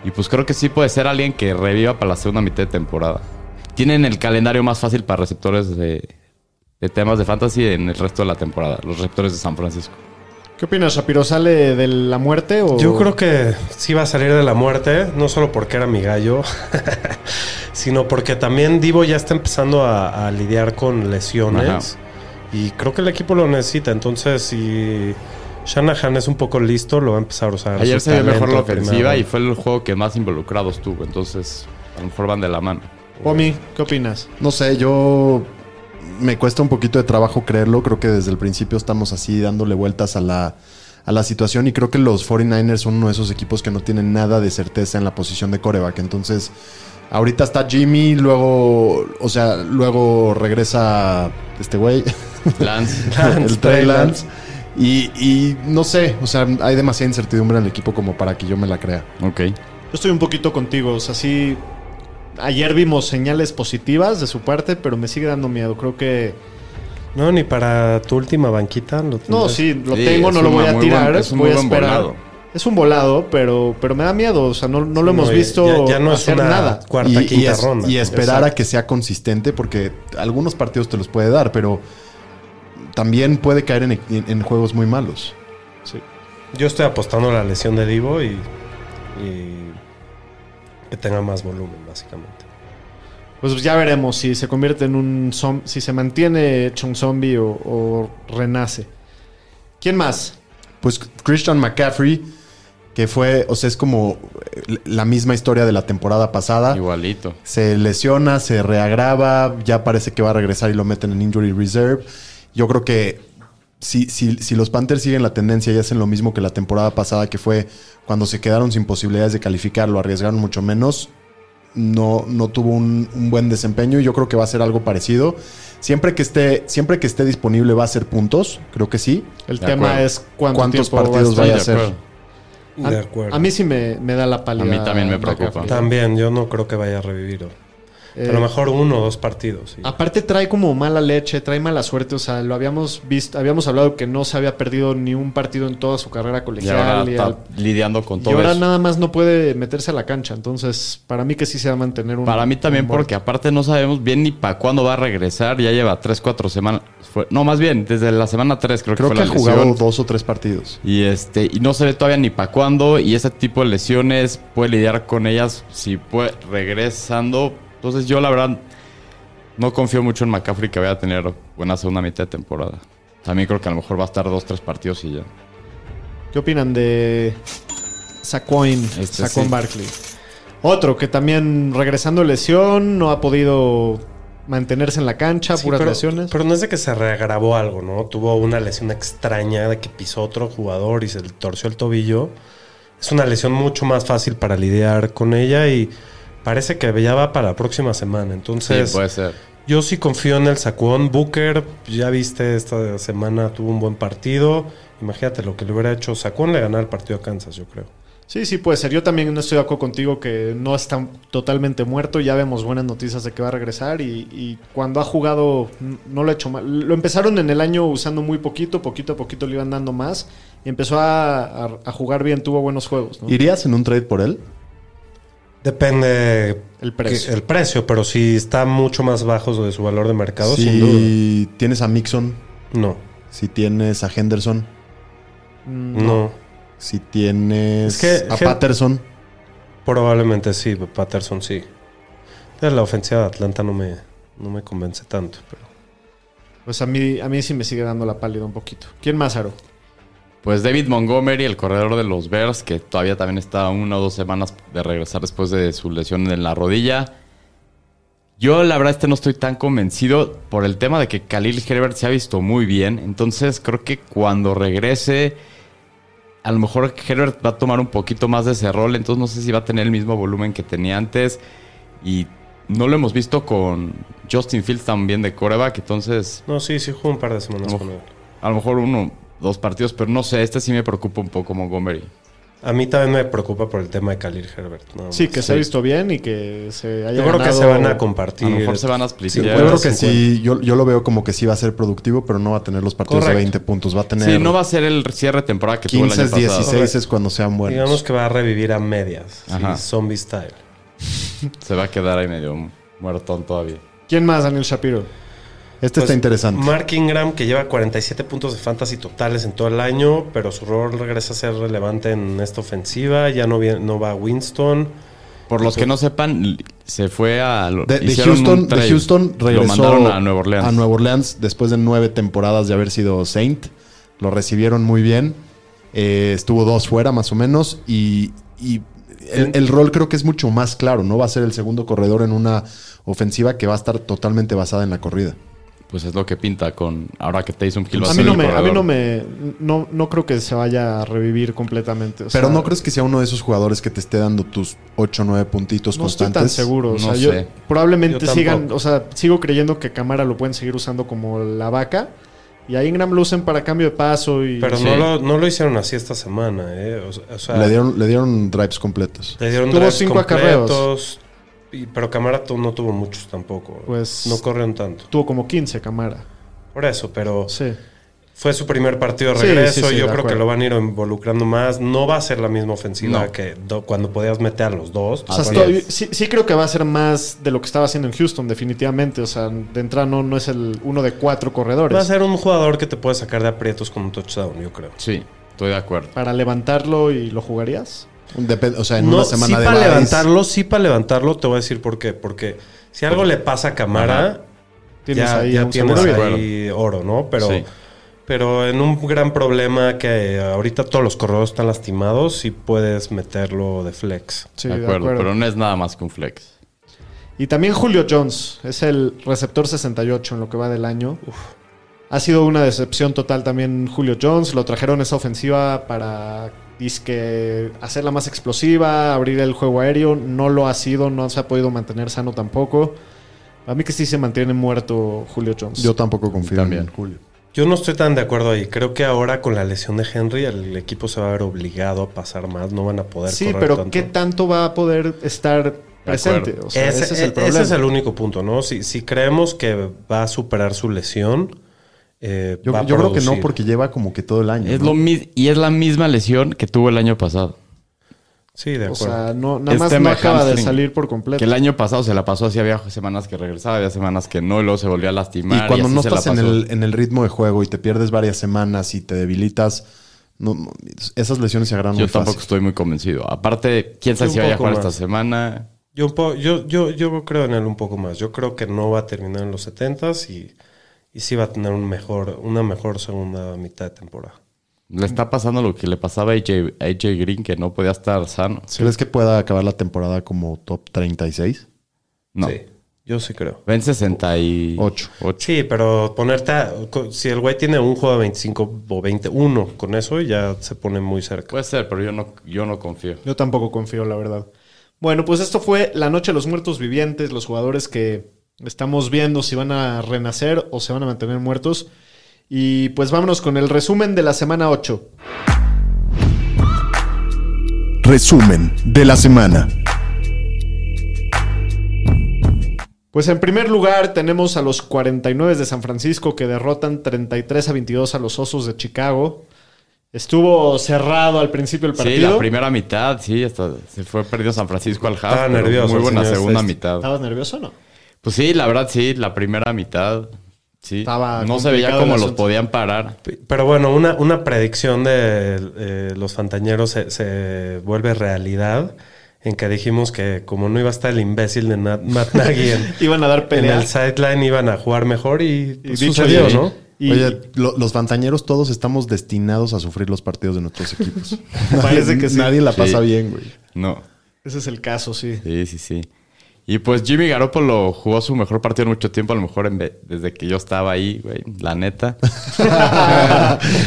Y pues creo que sí puede ser alguien que reviva para la segunda mitad de temporada. Tienen el calendario más fácil para receptores de, de temas de fantasy en el resto de la temporada, los receptores de San Francisco. ¿Qué opinas, Shapiro? ¿Sale de la muerte o...? Yo creo que sí va a salir de la muerte, no solo porque era mi gallo, (laughs) sino porque también Divo ya está empezando a, a lidiar con lesiones. Y creo que el equipo lo necesita. Entonces, si Shanahan es un poco listo, lo va a empezar a usar. Ayer su se vio mejor la talento ofensiva primero. y fue el juego que más involucrados tuvo, entonces a lo mejor van de la mano. Pomi, ¿qué opinas? No sé, yo me cuesta un poquito de trabajo creerlo. Creo que desde el principio estamos así dándole vueltas a la, a la situación y creo que los 49ers son uno de esos equipos que no tienen nada de certeza en la posición de coreback. Entonces, ahorita está Jimmy, luego, o sea, luego regresa este güey, (laughs) Lance. el Trey Lance. Y, y no sé, o sea, hay demasiada incertidumbre en el equipo como para que yo me la crea. ok. Yo estoy un poquito contigo, o sea, sí... Ayer vimos señales positivas de su parte, pero me sigue dando miedo. Creo que... No, ni para tu última banquita. lo No, tendrás. sí, lo Sí, tengo, es no lo una voy a muy tirar. buen- es un voy muy a buen esperar. volado. Es un volado, pero, pero me da miedo. O sea, no, no lo hemos No, ya- visto ya, ya no es hacer una nada. cuarta, y, y quinta es- ronda. y esperar Exacto. a que sea consistente, porque algunos partidos te los puede dar, pero también puede caer en, en- en juegos muy malos. Yo estoy apostando a la lesión de Divo y, y que tenga más volumen, básicamente. Pues ya veremos si se convierte en un zom- si se mantiene hecho un zombie o, o renace. ¿Quién más? Pues Christian McCaffrey, que fue, o sea, es como eh, la misma historia de la temporada pasada. Igualito. Se lesiona, se reagrava, ya parece que va a regresar y lo meten en injury reserve. Yo creo que si, si- si los Panthers siguen la tendencia y hacen lo mismo que la temporada pasada, que fue cuando se quedaron sin posibilidades de calificar, lo arriesgaron mucho menos, no, no tuvo un, un buen desempeño y yo creo que va a ser algo parecido. Siempre que esté, siempre que esté disponible va a ser puntos, creo que sí. El De tema acuerdo. es cuánto ¿Cuántos tiempo va a partidos estar. vaya a de ser? acuerdo. A, De acuerdo. a mí sí me, me da la pálida. A mí también me McCaffrey. preocupa. También, yo no creo que vaya a revivir. Eh, a lo mejor uno o dos partidos. sí. Aparte trae como mala leche, trae mala suerte, o sea, lo habíamos visto, habíamos hablado que no se había perdido ni un partido en toda su carrera Y ahora colegial y, está al- lidiando con y todo ahora eso. nada más no puede meterse a la cancha, entonces para mí que sí se va a mantener un Para mí también, un buen- porque aparte no sabemos bien ni para cuándo va a regresar. Ya lleva 3, 4 semanas. Fue- no, más bien, desde la semana 3 creo que Creo fue que ha la lesión. jugado dos o tres partidos. Y, este, y no se ve todavía ni para cuándo. Y ese tipo de lesiones puede lidiar con ellas si puede regresando. Entonces yo la verdad no confío mucho en McCaffrey que vaya a tener buena segunda mitad de temporada. También creo que a lo mejor va a estar dos, tres partidos y ya. ¿Qué opinan de Sacoin, Este Saquon sí. Barkley? Otro que también regresando lesión no ha podido mantenerse en la cancha, Sí, puras pero, lesiones. pero no es de que se reagravó algo, ¿no? Tuvo una lesión extraña de que pisó otro jugador y se le torció el tobillo. Es una lesión mucho más fácil para lidiar con ella y parece que ya va para la próxima semana. Sí, Entonces, pues. puede ser. yo sí confío en el Sacuón. Booker, ya viste, esta semana tuvo un buen partido. Imagínate lo que le hubiera hecho Sacuón le ganaba el partido a Kansas, yo creo. Sí, sí puede ser. Yo también no estoy de acuerdo contigo que no está totalmente muerto. Ya vemos buenas noticias de que va a regresar y, y cuando ha jugado n- no lo ha hecho mal. Lo empezaron en el año usando muy poquito, poquito a poquito le iban dando más y empezó a, a- a jugar bien, tuvo buenos juegos. ¿no? ¿Irías en un trade por él? Depende El precio. que- el precio, pero si está mucho más bajo de su valor de mercado, sin duda. Si tienes a Mixon, No, si tienes a Henderson, Mm, no. si tienes Es que a Hen- Patterson. Probablemente sí, Patterson sí. De la ofensiva de Atlanta no me, no me convence tanto. Pero Pues a mí, a mí sí me sigue dando la pálida un poquito. ¿Quién más, Aro? Pues David Montgomery, el corredor de los Bears, que todavía también está una o dos semanas de regresar después de su lesión en la rodilla. Yo la verdad este no estoy tan convencido por el tema de que Khalil Herbert se ha visto muy bien. Entonces creo que cuando regrese, a lo mejor Herbert va a tomar un poquito más de ese rol. Entonces no sé si va a tener el mismo volumen que tenía antes. Y no lo hemos visto con Justin Fields también de coreback. Entonces no, sí, sí jugó un par de semanas No. con él. a lo mejor uno, dos partidos, pero no sé, este sí me preocupa un poco Montgomery. A mí también me preocupa por el tema de Khalil Herbert. nada más. Sí, que se ha sí. visto bien y que se haya Yo creo que ganado- se van a compartir. A lo mejor se van a splitear. Sí, Ya Yo creo eras que sí, yo, yo lo veo como que sí va a ser productivo, pero no va a tener los partidos de Correcto. 20 puntos. Va a tener Sí, no va a ser el cierre de temporada que tuvo el 15, año pasado. 16 es cuando sean buenos. Digamos que va a revivir a medias. sí, Ajá. zombie style. Se va a quedar ahí medio muertón todavía. ¿Quién más, Daniel Shapiro? este está Pues, interesante. Mark Ingram, que lleva 47 puntos de fantasy totales en todo el año, pero su rol regresa a ser relevante en esta ofensiva. Ya no, viene- no va Winston. Por los que no sepan, se fue a... lo- De, de hicieron un Houston, de trade. Houston regresó Lo mandaron a Nueva Orleans. a Nueva Orleans después de nueve temporadas de haber sido Saint. Lo recibieron muy bien. Eh, estuvo dos fuera más o menos. Y, y el, el rol creo que es mucho más claro. No va a ser el segundo corredor en una ofensiva que va a estar totalmente basada en la corrida. Pues es lo que pinta con... Ahora que Taysom Hill va a A ser mí, no el me, a mí corredor. no me. No, no creo que se vaya a revivir completamente. o Pero sea, no crees que sea uno de esos jugadores que te esté dando tus 8 o 9 puntitos No estoy constantes. tan seguro. o No sea, yo- sé. probablemente Yo sigan. tampoco. O sea, sigo creyendo que Camara lo pueden seguir usando como la vaca. Y a Ingram lo usen para cambio de paso. Y, Pero Sí. no, lo, no lo hicieron así esta semana. ¿eh? O, sea- o sea, Le dieron, le dieron drives completos. Le dieron Tuvo drives cinco completos, acarreos. y- pero Camara tu- no tuvo muchos tampoco. Pues- no corrieron tanto. Tuvo como 15 Camara. Por eso, pero Sí. fue su primer partido de Sí, regreso. sí, sí, de Yo creo que acuerdo. lo van a ir involucrando más. No va a ser la misma ofensiva No. que do- cuando podías meter a los dos. O sea, Así estoy- es. sí, sí creo que va a ser más de lo que estaba haciendo en Houston, definitivamente. O sea, de entrada no, no es el uno de cuatro corredores. Va a ser un jugador que te puede sacar de aprietos con un touchdown, yo creo. Sí, estoy de acuerdo. Para levantarlo y lo jugarías. Depen- o sea, en una semana sí de para bye, levantarlo, sí para levantarlo, te voy a decir por qué. Porque si algo le pasa a Camara, Tienes ya, ahí ya un tienes seguro. seguro. ahí oro, ¿no? Pero, Sí. pero en un gran problema que ahorita todos los corredores están lastimados, sí puedes meterlo de flex. Sí, de, acuerdo, pero no es nada más que un flex. Y también Julio Jones, es el receptor 68 en lo que va del año. Ha sido una decepción total también Julio Jones. Lo trajeron esa ofensiva para dizque, hacerla más explosiva, abrir el juego aéreo. No lo ha sido, no se ha podido mantener sano tampoco. A mí que sí se mantiene muerto Julio Jones. Yo tampoco confío También. en Julio. Yo no estoy tan de acuerdo ahí. Creo que ahora con la lesión de Henry el equipo se va a ver obligado a pasar más. No van a poder Sí, correr pero tanto. ¿qué tanto va a poder estar presente? O sea, ese, ese, es el e- problema. ese es el único punto, ¿no? Si, si creemos que va a superar su lesión, eh, Yo, va a yo creo que no, producir. porque lleva como que todo el año. Es ¿no? lo mi- y es la misma lesión que tuvo el año pasado. Sí, de O acuerdo. sea, no, nada Es más no tema de acaba de Este hamstring. salir por completo. Que el año pasado se la pasó así, había semanas que regresaba, había semanas que no, y luego se volvió a lastimar. Y cuando así no se la estás en pasó. el, en el ritmo de juego y te pierdes varias semanas y te debilitas, no- no, esas lesiones se agravan Yo muy fácil. tampoco estoy muy convencido. Aparte, quién sabe Sí, si un vaya a poco jugar más. esta semana. Yo, un po- yo, yo, yo creo en él un poco más. Yo creo que no va a terminar en los 70s y, y sí va a tener un mejor, una mejor segunda mitad de temporada. Le está pasando lo que le pasaba a AJ, AJ Green, que no podía estar sano. ¿Crees que pueda acabar la temporada como top 36? No. Sí, yo sí creo. Ven 68. Ocho. Sí, pero ponerte. a- co- si el güey tiene un juego de 25 o 21 con eso, ya se pone muy cerca. Puede ser, pero yo no, yo no confío. Yo tampoco confío, la verdad. Bueno, pues esto fue La Noche de los Muertos Vivientes, los jugadores que estamos viendo si van a renacer o se van a mantener muertos. Y pues vámonos con el resumen de la semana 8. Resumen de la semana. Pues en primer lugar tenemos a los 49 de San Francisco que derrotan 33 a 22 a los Osos de Chicago. Estuvo cerrado al principio el partido. Sí, la primera mitad, sí, hasta se fue perdido San Francisco al half. Estaba pero nervioso Muy el buena señor segunda Sexto. mitad. ¿Estabas nervioso o no? Pues sí, la verdad, sí, la primera mitad. Sí. Estaba no se veía complicado cómo el los asunto. podían parar. P- Pero bueno, una, una predicción de eh, los fantañeros se, se vuelve realidad. En que dijimos que como no iba a estar el imbécil de Nat- Matt Nagy en, (laughs) Iban a dar en pelea. el sideline, iban a jugar mejor y, Y pues, dicho sucedió, y- ¿no? y- Oye, lo- los bantañeros todos estamos destinados a sufrir los partidos de nuestros equipos. Parece (laughs) que sí. Nadie la pasa Sí. bien, güey. No. Ese es el caso, sí. Sí, sí, sí. Y pues Jimmy Garoppolo jugó su mejor partido en mucho tiempo, a lo mejor en ve- desde que yo estaba ahí, güey, (laughs) la neta.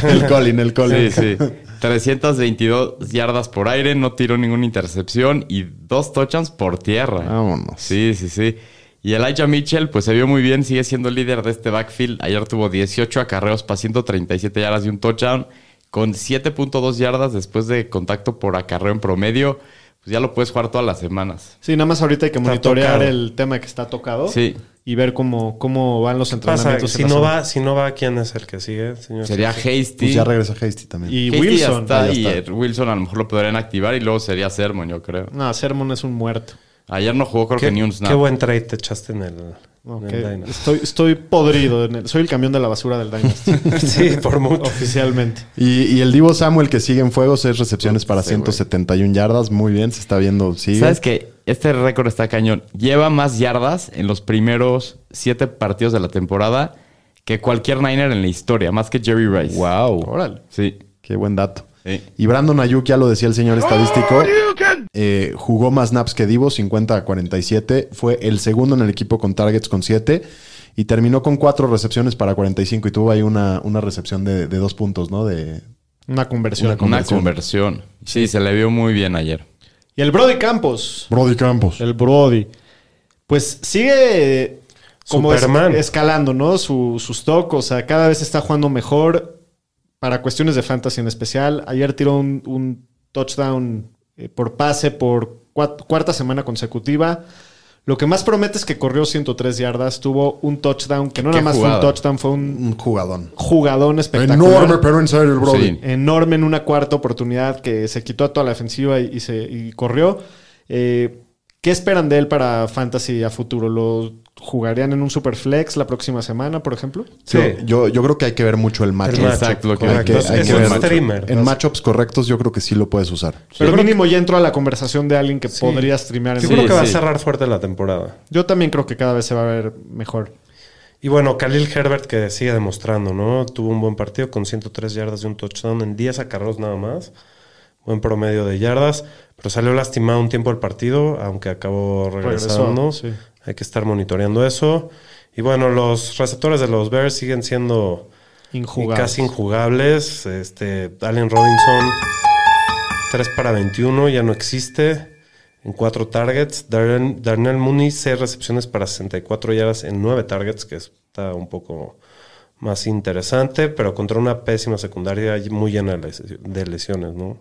el Colin, el Sí, Colin. sí. 322 yardas por aire, no tiró ninguna intercepción y dos touchdowns por tierra. Vámonos. Sí, sí, sí. Y Elijah Mitchell, pues se vio muy bien, sigue siendo el líder de este backfield. Ayer tuvo 18 acarreos para 137 yardas y un touchdown, con 7.2 yardas después de contacto por acarreo en promedio. Pues ya lo puedes jugar todas las semanas. Sí, nada más ahorita hay que monitorear tocado. el tema que está tocado Sí. y ver cómo, cómo van los Pasa, entrenamientos. en si la no semana. va, si no va, ¿quién es el que sigue, señor? Sería Pues Hasty. ya regresa Hasty también. Y Hasty ya Wilson. está, ya y está. eh, Wilson a lo mejor lo podrían activar y luego sería Sermon, yo creo. No, Sermon es un muerto. Ayer no jugó, creo ¿Qué, que ni un qué snap. buen trade te echaste en el, Ok, en el Dynasty. Estoy, estoy podrido. en el- soy el camión de la basura del Dynasty. (laughs) (laughs) Sí, por mucho. oficialmente. Y, y el Divo Samuel que sigue en fuego, seis recepciones para Sí, güey. 171 yardas. Muy bien, se está viendo. Sigue. ¿Sabes qué? Este récord está cañón. Lleva más yardas en los primeros siete partidos de la temporada que cualquier Niner en la historia, más que Jerry Rice. Wow. Órale. Sí. Qué buen dato. Sí. Y Brandon Ayuk, ya lo decía el señor estadístico, eh, jugó más naps que Divo, 50 a 47. Fue el segundo en el equipo con targets con 7. Y terminó con 4 recepciones para 45. Y tuvo ahí una, una recepción de, de dos puntos, ¿no? De, Una conversión. Una Una Conversión. conversión. Sí, se le vio muy bien ayer. Y el Brody Campos. Brody Campos. El Brody. Pues sigue como es- Superman. escalando, ¿no? Su, su stock. O sea, cada vez está jugando mejor para cuestiones de fantasy en especial. Ayer tiró un, un touchdown eh, por pase por cua- cuarta semana consecutiva. Lo que más promete es que corrió 103 yardas. Tuvo un touchdown, que no Qué nada más jugada. fue un touchdown, fue un Un jugadón. jugadón espectacular. Enorme, pero en serio el Brody. Sí. enorme en una cuarta oportunidad que se quitó a toda la defensiva y, y se y corrió. Eh, ¿Qué esperan de él para Fantasy a futuro? ¿Lo jugarían en un Superflex la próxima semana, por ejemplo? Sí. Yo- Yo, yo creo que hay que ver mucho el match. El matchup, Exacto, lo que- correcto. hay Es- hay es que un ver el streamer. En matchups correctos, yo creo que sí lo puedes usar. Pero mínimo ya entró a la conversación de alguien que podría streamear en Yo Sí. creo que va a sí. cerrar fuerte la temporada. Yo también creo que cada vez se va a ver mejor. Y bueno, Khalil Herbert que sigue demostrando, ¿no? Tuvo un buen partido con 103 yardas y un touchdown en 10 acarreos nada más. Buen promedio de yardas, pero salió lastimado un tiempo el partido, aunque acabó Regresó, regresando. sí. Hay que estar monitoreando eso. Y bueno, los receptores de los Bears siguen siendo Injugable. casi injugables. Este, Allen Robinson, 3 para 21, ya no existe. En 4 targets. Darren- Darnell Mooney, 6 recepciones para 64 yardas en 9 targets, que está un poco más interesante, pero contra una pésima secundaria muy llena de les- de lesiones, ¿no?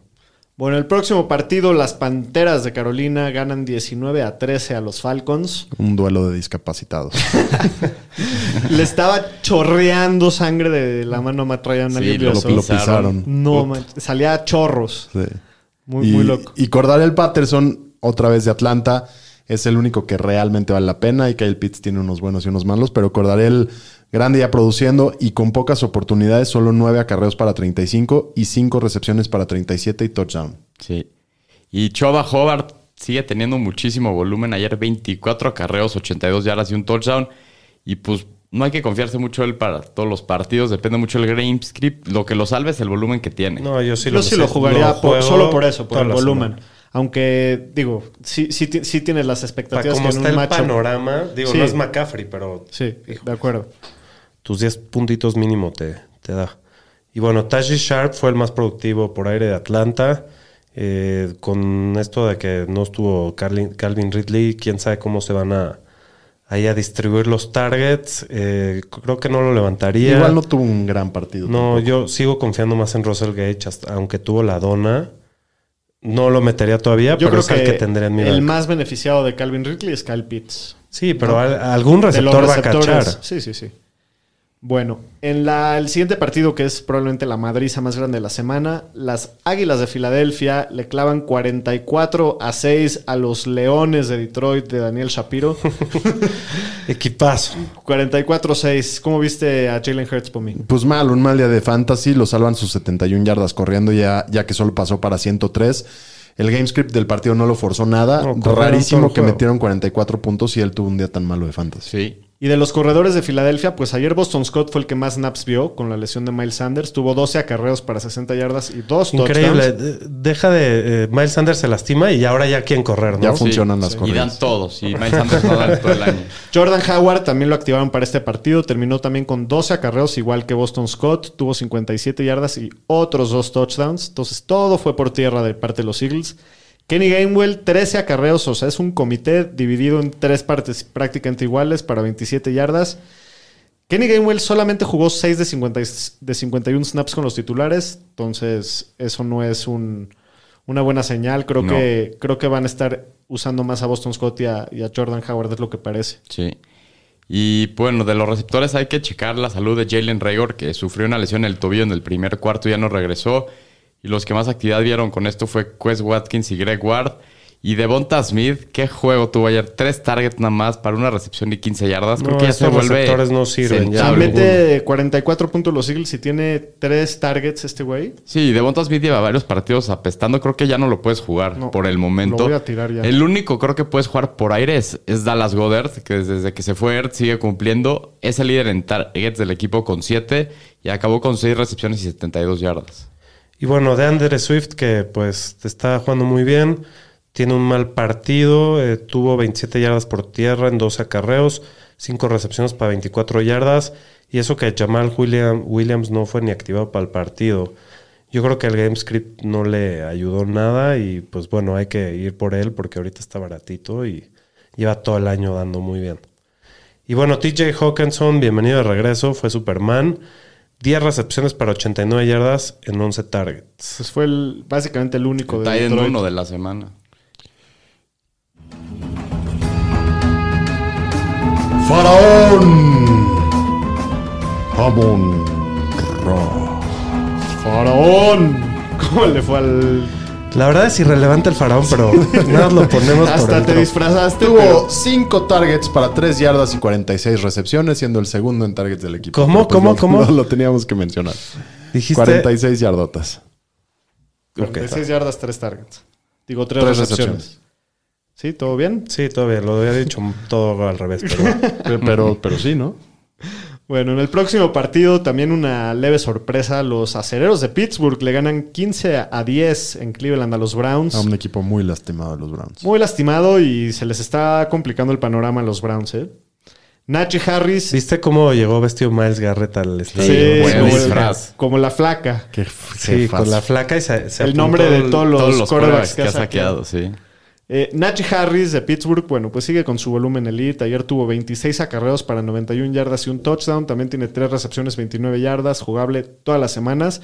Bueno, el próximo partido, las Panteras de Carolina ganan 19 a 13 a los (laughs) Falcons. Un duelo de (laughs) discapacitados. Le estaba chorreando sangre de la mano a Matt Ryan. Sí, ¿Alguien lo- vio lo eso? Lo pisaron. No, manches, salía a chorros. Sí. Muy, y, muy loco. Y Cordarel Patterson, otra vez de Atlanta, es el único que realmente vale la pena. Y Kyle Pitts tiene unos buenos y unos malos, pero Cordarel, grande ya produciendo y con pocas oportunidades, solo nueve acarreos para 35 y cinco recepciones para 37 y touchdown. Sí. Y Choba Hobart sigue teniendo muchísimo volumen. Ayer 24 acarreos, 82 yardas y un touchdown. Y pues no hay que confiarse mucho él para todos los partidos. Depende mucho del game script. Lo que lo salve es el volumen que tiene. No, yo sí Yo sí lo jugaría por- juego solo por eso, por toda el la volumen. semana. Aunque, digo, sí, sí, ti- sí tienes las Para expectativas cómo que en está un el matchup- panorama, digo, Sí. no es McCaffrey, pero Sí, hijo, de acuerdo. tus 10 puntitos mínimo te, te da. Y bueno, Taji Sharp fue el más productivo por aire de Atlanta. Eh, con esto de que no estuvo Carlin- Calvin Ridley, quién sabe cómo se van a, ahí a distribuir los targets. Eh, creo que no lo levantaría. Igual no tuvo un gran partido. No, yo sigo confiando más en Russell Gage, hasta- aunque tuvo la dona. No lo metería todavía, Yo pero creo es el que, que tendría en mi el banca. más beneficiado de Calvin Ridley es Kyle Pitts. Sí, pero al- algún De los receptor va a receptores. cachar. Sí, sí, sí. Bueno, en la- el siguiente partido, que es probablemente la madriza más grande de la semana, las Águilas de Filadelfia le clavan 44 a 6 a los Leones de Detroit de Daniel Shapiro. Equipazo. 44 a 6. ¿Cómo viste a Jalen Hurts por mí? Pues mal, un mal día de fantasy, lo salvan sus 71 yardas corriendo ya, ya que solo pasó para 103. El game script del partido no lo forzó nada. No, corrieron todo Rarísimo el que juego. metieron 44 puntos y él tuvo un día tan malo de fantasy. Sí. Y de los corredores de Filadelfia, pues ayer Boston Scott fue el que más snaps vio con la lesión de Miles Sanders. Tuvo 12 acarreos para 60 yardas y dos Increíble. touchdowns. De- Deja de. eh, Miles Sanders se lastima y ahora ya quieren correr, Ya ¿no? funcionan las Y dan corridas. todos. Y Miles Sanders no da todo el año. Jordan Howard también lo activaron para este partido. Terminó también con 12 acarreos, igual que Boston Scott. Tuvo 57 yardas y otros dos touchdowns. Entonces todo fue por tierra de parte de los Eagles. Kenny Gainwell, 13 acarreos. O sea, es un comité dividido en tres partes prácticamente iguales para 27 yardas. Kenny Gainwell solamente jugó 6 de, 50 y- de 51 snaps con los titulares. Entonces eso no es un- una buena señal. Creo, No. que, creo que van a estar usando más a Boston Scott y a- y a Jordan Howard, es lo que parece. Sí. Y bueno, de los receptores hay que checar la salud de Jalen Rager, que sufrió una lesión en el tobillo en el primer cuarto y ya no regresó. Y los que más actividad vieron con esto fue Quest Watkins y Greg Ward. Y Devonta Smith, qué juego tuvo ayer. Tres targets nada más para una recepción y 15 yardas. Creo No, que ya se estos vuelve. receptores no sirven, ya. Ah, sensible. mete 44 puntos los Eagles y tiene 3 targets este güey. Sí, Devonta Smith lleva varios partidos apestando. Creo que ya no lo puedes jugar No, por el momento. lo voy a tirar ya. El único creo que puedes jugar por aire es, es Dallas Goddard, que desde que se fue Ertz sigue cumpliendo. Es el líder en targets del equipo con 7 y acabó con 6 recepciones y 72 yardas. Y bueno, de Andre Swift, que pues te está jugando muy bien. Tiene un mal partido. eh, tuvo 27 yardas por tierra en 12 acarreos. 5 recepciones para 24 yardas. Y eso que Jamal William- Williams no fue ni activado para el partido. Yo creo que el game script no le ayudó nada. Y pues bueno, hay que ir por él porque ahorita está baratito y lleva todo el año dando muy bien. Y bueno, TJ Hawkinson, bienvenido de regreso, fue Superman. 10 recepciones para 89 yardas en 11 targets. Pues fue el- básicamente el único de Tight end Detroit. uno de la semana. ¡Faraón! Jamón. Ra. ¡Faraón! (laughs) ¿Cómo le fue al...? La verdad es irrelevante el faraón, (laughs) pero nada más lo ponemos por Hasta el te drop. disfrazaste, pero- Tuvo 5 targets para 3 yardas y 46 recepciones, siendo el segundo en targets del equipo. ¿Cómo? Pero, pues, ¿Cómo? no- ¿Cómo? no lo teníamos que mencionar. Dijiste 46 yardotas. Ok, está. 46 yardas, 3 targets. Digo, 3, Tres recepciones. recepciones. ¿Sí? ¿Todo bien? Sí, todavía lo había dicho todo al revés, pero Pero, pero sí, ¿no? Bueno, en el próximo partido también una leve sorpresa. Los acereros de Pittsburgh le ganan 15 a 10 en Cleveland a los Browns. A un equipo muy lastimado de los Browns. Muy lastimado y se les está complicando el panorama a los Browns, ¿eh? Nachi Harris... (laughs) ¿viste cómo llegó vestido Miles Garrett al estadio? Sí, buen como, disfraz. como la flaca. Qué, Sí, con la flaca y se, se El apuntó nombre de el- todos los, Todos los quarterbacks quarterbacks que ha saqueado. sí. Eh, Najee Harris de Pittsburgh, bueno, pues sigue con su volumen elite. Ayer tuvo 26 acarreos para 91 yardas y un touchdown. También tiene 3 recepciones, 29 yardas, jugable todas las semanas.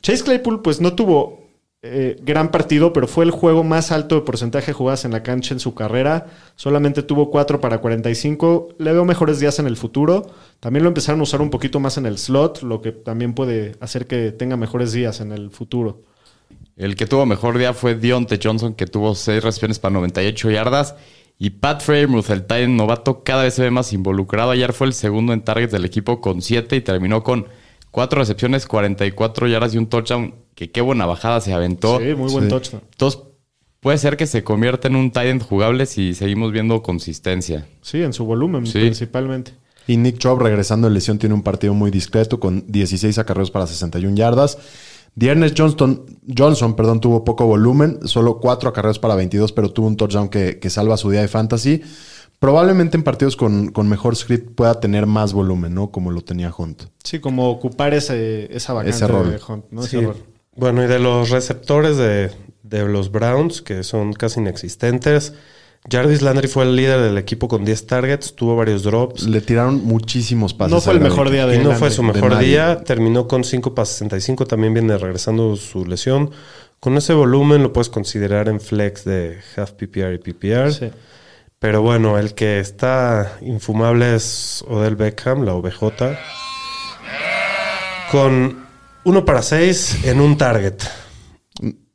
Chase Claypool, pues no tuvo eh, gran partido, pero fue el juego más alto de porcentaje de jugadas en la cancha en su carrera. Solamente tuvo 4 para 45. Le veo mejores días en el futuro. También lo empezaron a usar un poquito más en el slot, lo que también puede hacer que tenga mejores días en el futuro. El que tuvo mejor día fue Dionte Johnson, que tuvo 6 recepciones para 98 yardas. Y Pat Freymuth, el Titan novato, cada vez se ve más involucrado. Ayer fue el segundo en targets del equipo con 7 y terminó con 4 recepciones, 44 yardas y un touchdown. Que qué buena bajada se aventó. Sí, muy buen Sí. touchdown. Entonces, puede ser que se convierta en un Titan jugable si seguimos viendo consistencia. Sí, en su volumen Sí. principalmente. Y Nick Chubb regresando de lesión tiene un partido muy discreto con 16 acarreos para 61 yardas. Diernes Johnston, Johnson perdón, tuvo poco volumen, solo 4 acarreos para 22, pero tuvo un touchdown que, que salva su día de fantasy. Probablemente en partidos con, con mejor script pueda tener más volumen, ¿no? Como lo tenía Hunt. Sí, como ocupar ese, esa vacante Ese rol. de Hunt, ¿no? Sí. Ese rol. Bueno, y de los receptores de, de los Browns, que son casi inexistentes, Jarvis Landry fue el líder del equipo con 10 targets, tuvo varios drops. Le tiraron muchísimos pases. No fue a el Landry. mejor día de Y no Landry. fue su de mejor nadie. día, terminó con 5 para 65, también viene regresando su lesión. Con ese volumen lo puedes considerar en flex de half PPR y PPR. Sí. Pero bueno, el que está infumable es Odell Beckham, la OBJ. Con 1 para 6 en un target.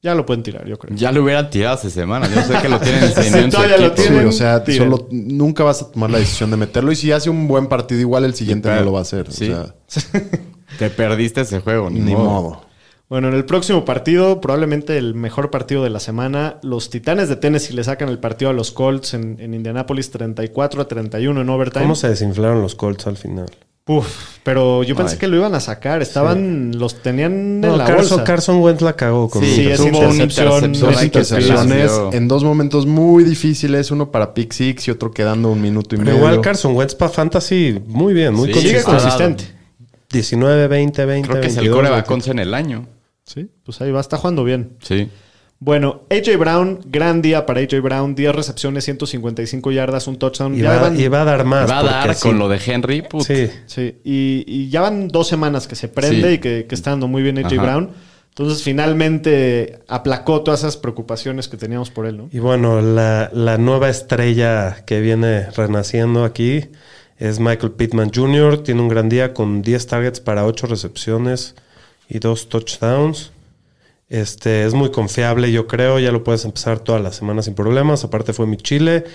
Ya lo pueden tirar, yo creo. Ya lo hubieran tirado hace semana. Yo sé que (laughs) lo tienen Sí, encendido en su todavía lo equipo. tienen. Sí, o sea, Tiren. solo- nunca vas a tomar la decisión de meterlo. Y si hace un buen partido, igual el siguiente no lo va a hacer. Sí. O sea, Te perdiste ese juego, ni, ni modo. modo. Bueno, en el próximo partido, probablemente el mejor partido de la semana, los Titanes de Tennessee le sacan el partido a los Colts en, en Indianapolis 34 a 31 en overtime. ¿Cómo se desinflaron los Colts al final? Uf, pero yo pensé Ay. que lo iban a sacar. Estaban, los tenían No, en la Carson, bolsa. Carson Wentz la cagó con Sí, un Sí, es tuvo una intercepción, intercepción, es Dos hay que intercepciones pelarlo. en dos momentos muy difíciles, uno para pick six y otro quedando un minuto y Pero medio. igual Carson Wentz para Fantasy, muy bien, muy Sí, Sigue Consistente. consistente. 19, 20, 20, Creo que es el 22, coreback once en el año. Sí, pues ahí va, está jugando bien. Sí. Bueno, AJ Brown, gran día para AJ Brown, 10 recepciones, 155 yardas, un touchdown. Y ya va, van- y va a dar más. Va a porque dar sí. con lo de Henry. put. Sí. sí, y, y ya van dos semanas que se prende Sí. y que, que está dando muy bien AJ Ajá. Brown. Entonces finalmente aplacó todas esas preocupaciones que teníamos por él, ¿no? Y bueno, la, la nueva estrella que viene renaciendo aquí es Michael Pittman Jr. Tiene un gran día con 10 targets para 8 recepciones y 2 touchdowns. Este es muy confiable, yo creo. Ya lo puedes empezar todas las semanas sin problemas. Aparte, fue mi Chile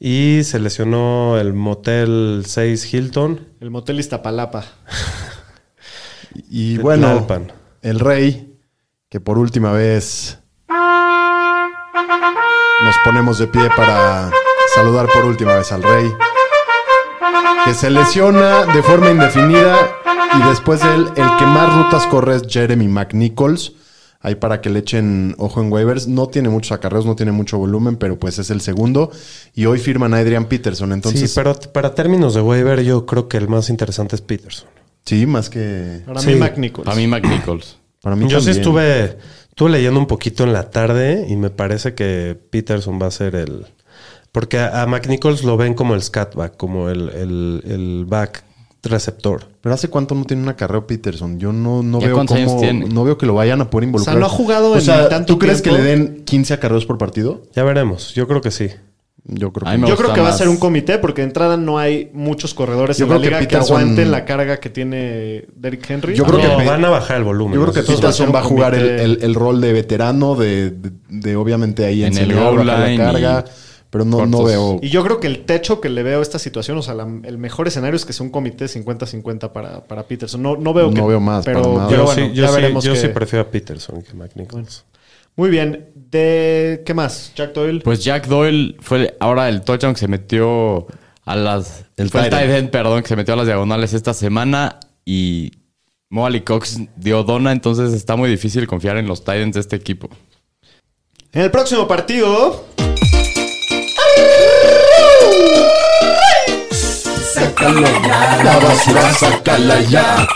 y se lesionó el Motel 6 Hilton. El motel Iztapalapa. Y de bueno, Tlalpan. el rey, que por última vez nos ponemos de pie para saludar por última vez al rey, que se lesiona de forma indefinida y después de él, el que más rutas corre es Jeremy McNichols. Ahí para que le echen ojo en waivers. No tiene muchos acarreos, no tiene mucho volumen, pero pues es el segundo. Y hoy firman a Adrian Peterson. Entonces, sí, pero t- para términos de waiver, yo creo que el más interesante es Peterson. sí, más que. Para Sí. mí, Mac Nichols. Para mí, McNichols. Para mí Yo sí también. estuve, estuve leyendo un poquito en la tarde y me parece que Peterson va a ser el. Porque a, a McNichols lo ven como el scatback, como el, el- el back receptor. Pero hace cuánto no tiene una carrera Peterson. Yo no, no ¿Ya veo cuántos años cómo- tiene? no veo que lo vayan a poder involucrar. O sea, no ha jugado O en sea, tanto ¿Tú crees tiempo? que le den 15 acarreos por partido? Ya veremos, yo creo que sí. Yo creo A mí me que Yo gusta creo que va a más. ser un comité porque de entrada no hay muchos corredores Yo en la creo que liga que, Peterson- aguanten la carga que tiene Derrick Henry. Yo creo No, que Pe- van a bajar el volumen. yo creo que Eso es- va a ser Peterson un va a jugar el, comité. el- el rol de veterano, de, de- de obviamente ahí En el enseñar, goal bajar la line y carga. Pero no, no cortos. veo. Y yo creo que el techo que le veo a esta situación, o sea, la- el mejor escenario es que sea un comité 50-50 para, para Peterson. No, no veo No que. veo más, Pero, para nada. pero yo bueno, sí, yo ya sí- veremos. yo qué- sí prefiero a Peterson que a McNichols. Muy bien. De, ¿Qué más? Jack Doyle. Pues Jack Doyle fue ahora el touchdown que se metió a las. El fue el tight tight end, perdón, que se metió a las diagonales esta semana y. Moali Cox dio dona, entonces está muy difícil confiar en los Titans de este equipo. En el próximo partido. La basura, sácala ya.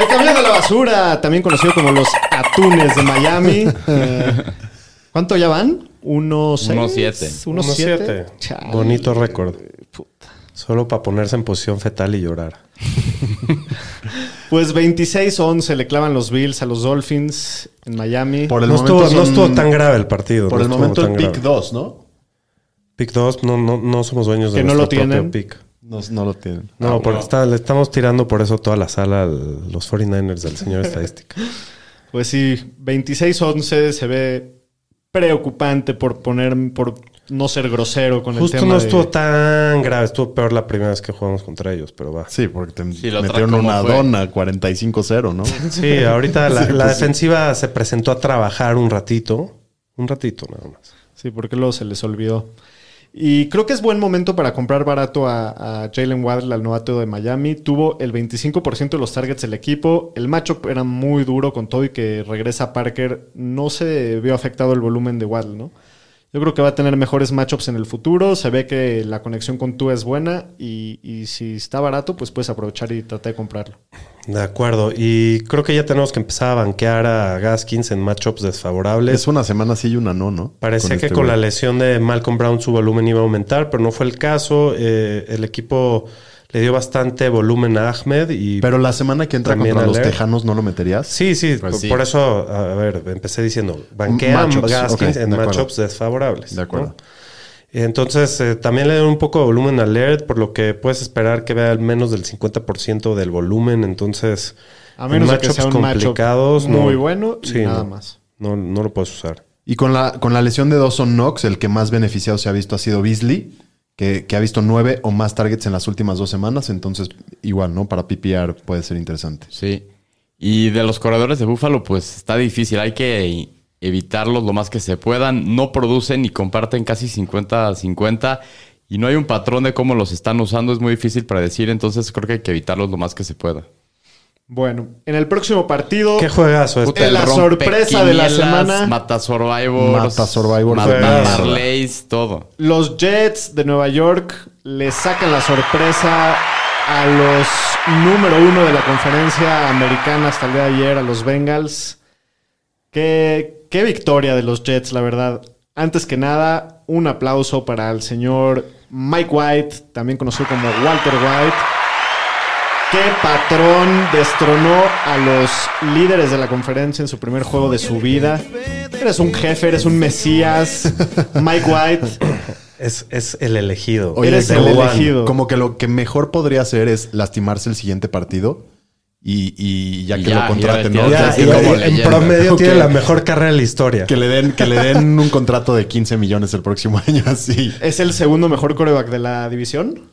El camión de la (laughs) basura, también conocido como los atunes de Miami. Eh, ¿Cuánto ya van? 1.6. 1.7. 1.7. 1-7. Chale. Bonito récord. Puta. Solo para ponerse en posición fetal y llorar. Pues 26-11 le clavan los Bills a los Dolphins en Miami. Por el No momento estuvo, no son- estuvo tan grave el partido. Por no el estuvo momento el tan pick grave. 2, ¿no? Pick 2, no, no, no somos dueños de Que no nuestro lo tienen. propio pick. No, no lo tienen. No, porque está- le estamos tirando por eso toda la sala a los 49ers del (laughs) señor estadística. Pues sí, 26-11 se ve preocupante por poner, por no ser grosero con el Justo tema no de- estuvo tan grave, estuvo peor la primera vez que jugamos contra ellos, pero va. Sí, porque te Sí, la otra, metieron ¿cómo una fue? dona (laughs) 45-0, ¿no? Sí, (laughs) ahorita la, Sí, la pues sí. defensiva se presentó a trabajar un ratito. Un ratito nada más. Sí, porque luego se les olvidó. Y creo que es buen momento para comprar barato a, a Jalen Waddle, al novato de Miami. Tuvo el 25% de los targets del equipo. El matchup era muy duro con todo y que regresa Parker. No se vio afectado el volumen de Waddle, ¿no? Yo creo que va a tener mejores matchups en el futuro. Se ve que la conexión con tú es buena y, y si está barato, pues puedes aprovechar y tratar de comprarlo. De acuerdo. Y creo que ya tenemos que empezar a banquear a Gaskins en matchups desfavorables. Es una semana sí y una no, ¿no? Parecía que este con la güey. lesión de Malcolm Brown su volumen iba a aumentar, pero no fue el caso. Eh, el equipo le dio bastante volumen a Ahmed y Pero la semana que entra También contra los alert. Tejanos, ¿no lo meterías? Sí, sí, Pues por, sí. por eso, a ver, empecé diciendo, banquea a Matchups, Gaskins ok, en de acuerdo. matchups desfavorables. De acuerdo. ¿no? Entonces, eh, también le dan un poco de volumen al Laird, por lo que puedes esperar que vea al menos del 50% del volumen. Entonces, A menos en de que sea un matchup muy bueno y nada no, más. No, no lo puedes usar. Y con la, con la lesión de Dawson Knox, el que más beneficiado se ha visto ha sido Beasley, que, que ha visto nueve o más targets en las últimas dos semanas. Entonces, igual, ¿no? Para PPR puede ser interesante. Sí. Y de los corredores de Búfalo, pues está difícil. Hay que evitarlos lo más que se puedan. No producen y comparten casi 50-50. Y no hay un patrón de cómo los están usando. Es muy difícil predecir. Entonces creo que hay que evitarlos lo más que se pueda. Bueno, en el próximo partido... ¿Qué juegazo es? Puta, la el rompe sorpresa de la quinielas, semana. Mata Survivors. Mata Survivors, Mata juegazo. parlays, todo. Los Jets de Nueva York le sacan la sorpresa a los número uno de la conferencia americana hasta el día de ayer, a los Bengals. Qué, qué victoria de los Jets, la verdad. Antes que nada, un aplauso para el señor Mike White, también conocido como Walter White. Qué patrón destronó a los líderes de la conferencia en su primer juego de su vida. Eres un jefe, eres un mesías. Mike White, Es, es el elegido. Oye, Eres The el como- one. elegido. Como que lo que mejor podría hacer es lastimarse el siguiente partido y, y ya Y que ya, lo contraten, ya ¿no? le Ya, O sea, Así y- que, como y en leyenda. promedio Ok. tiene la mejor carrera de la historia. que le den, que le den un contrato de 15 millones el próximo (laughs) año, así. ¿Es el segundo mejor coreback de la división? (laughs)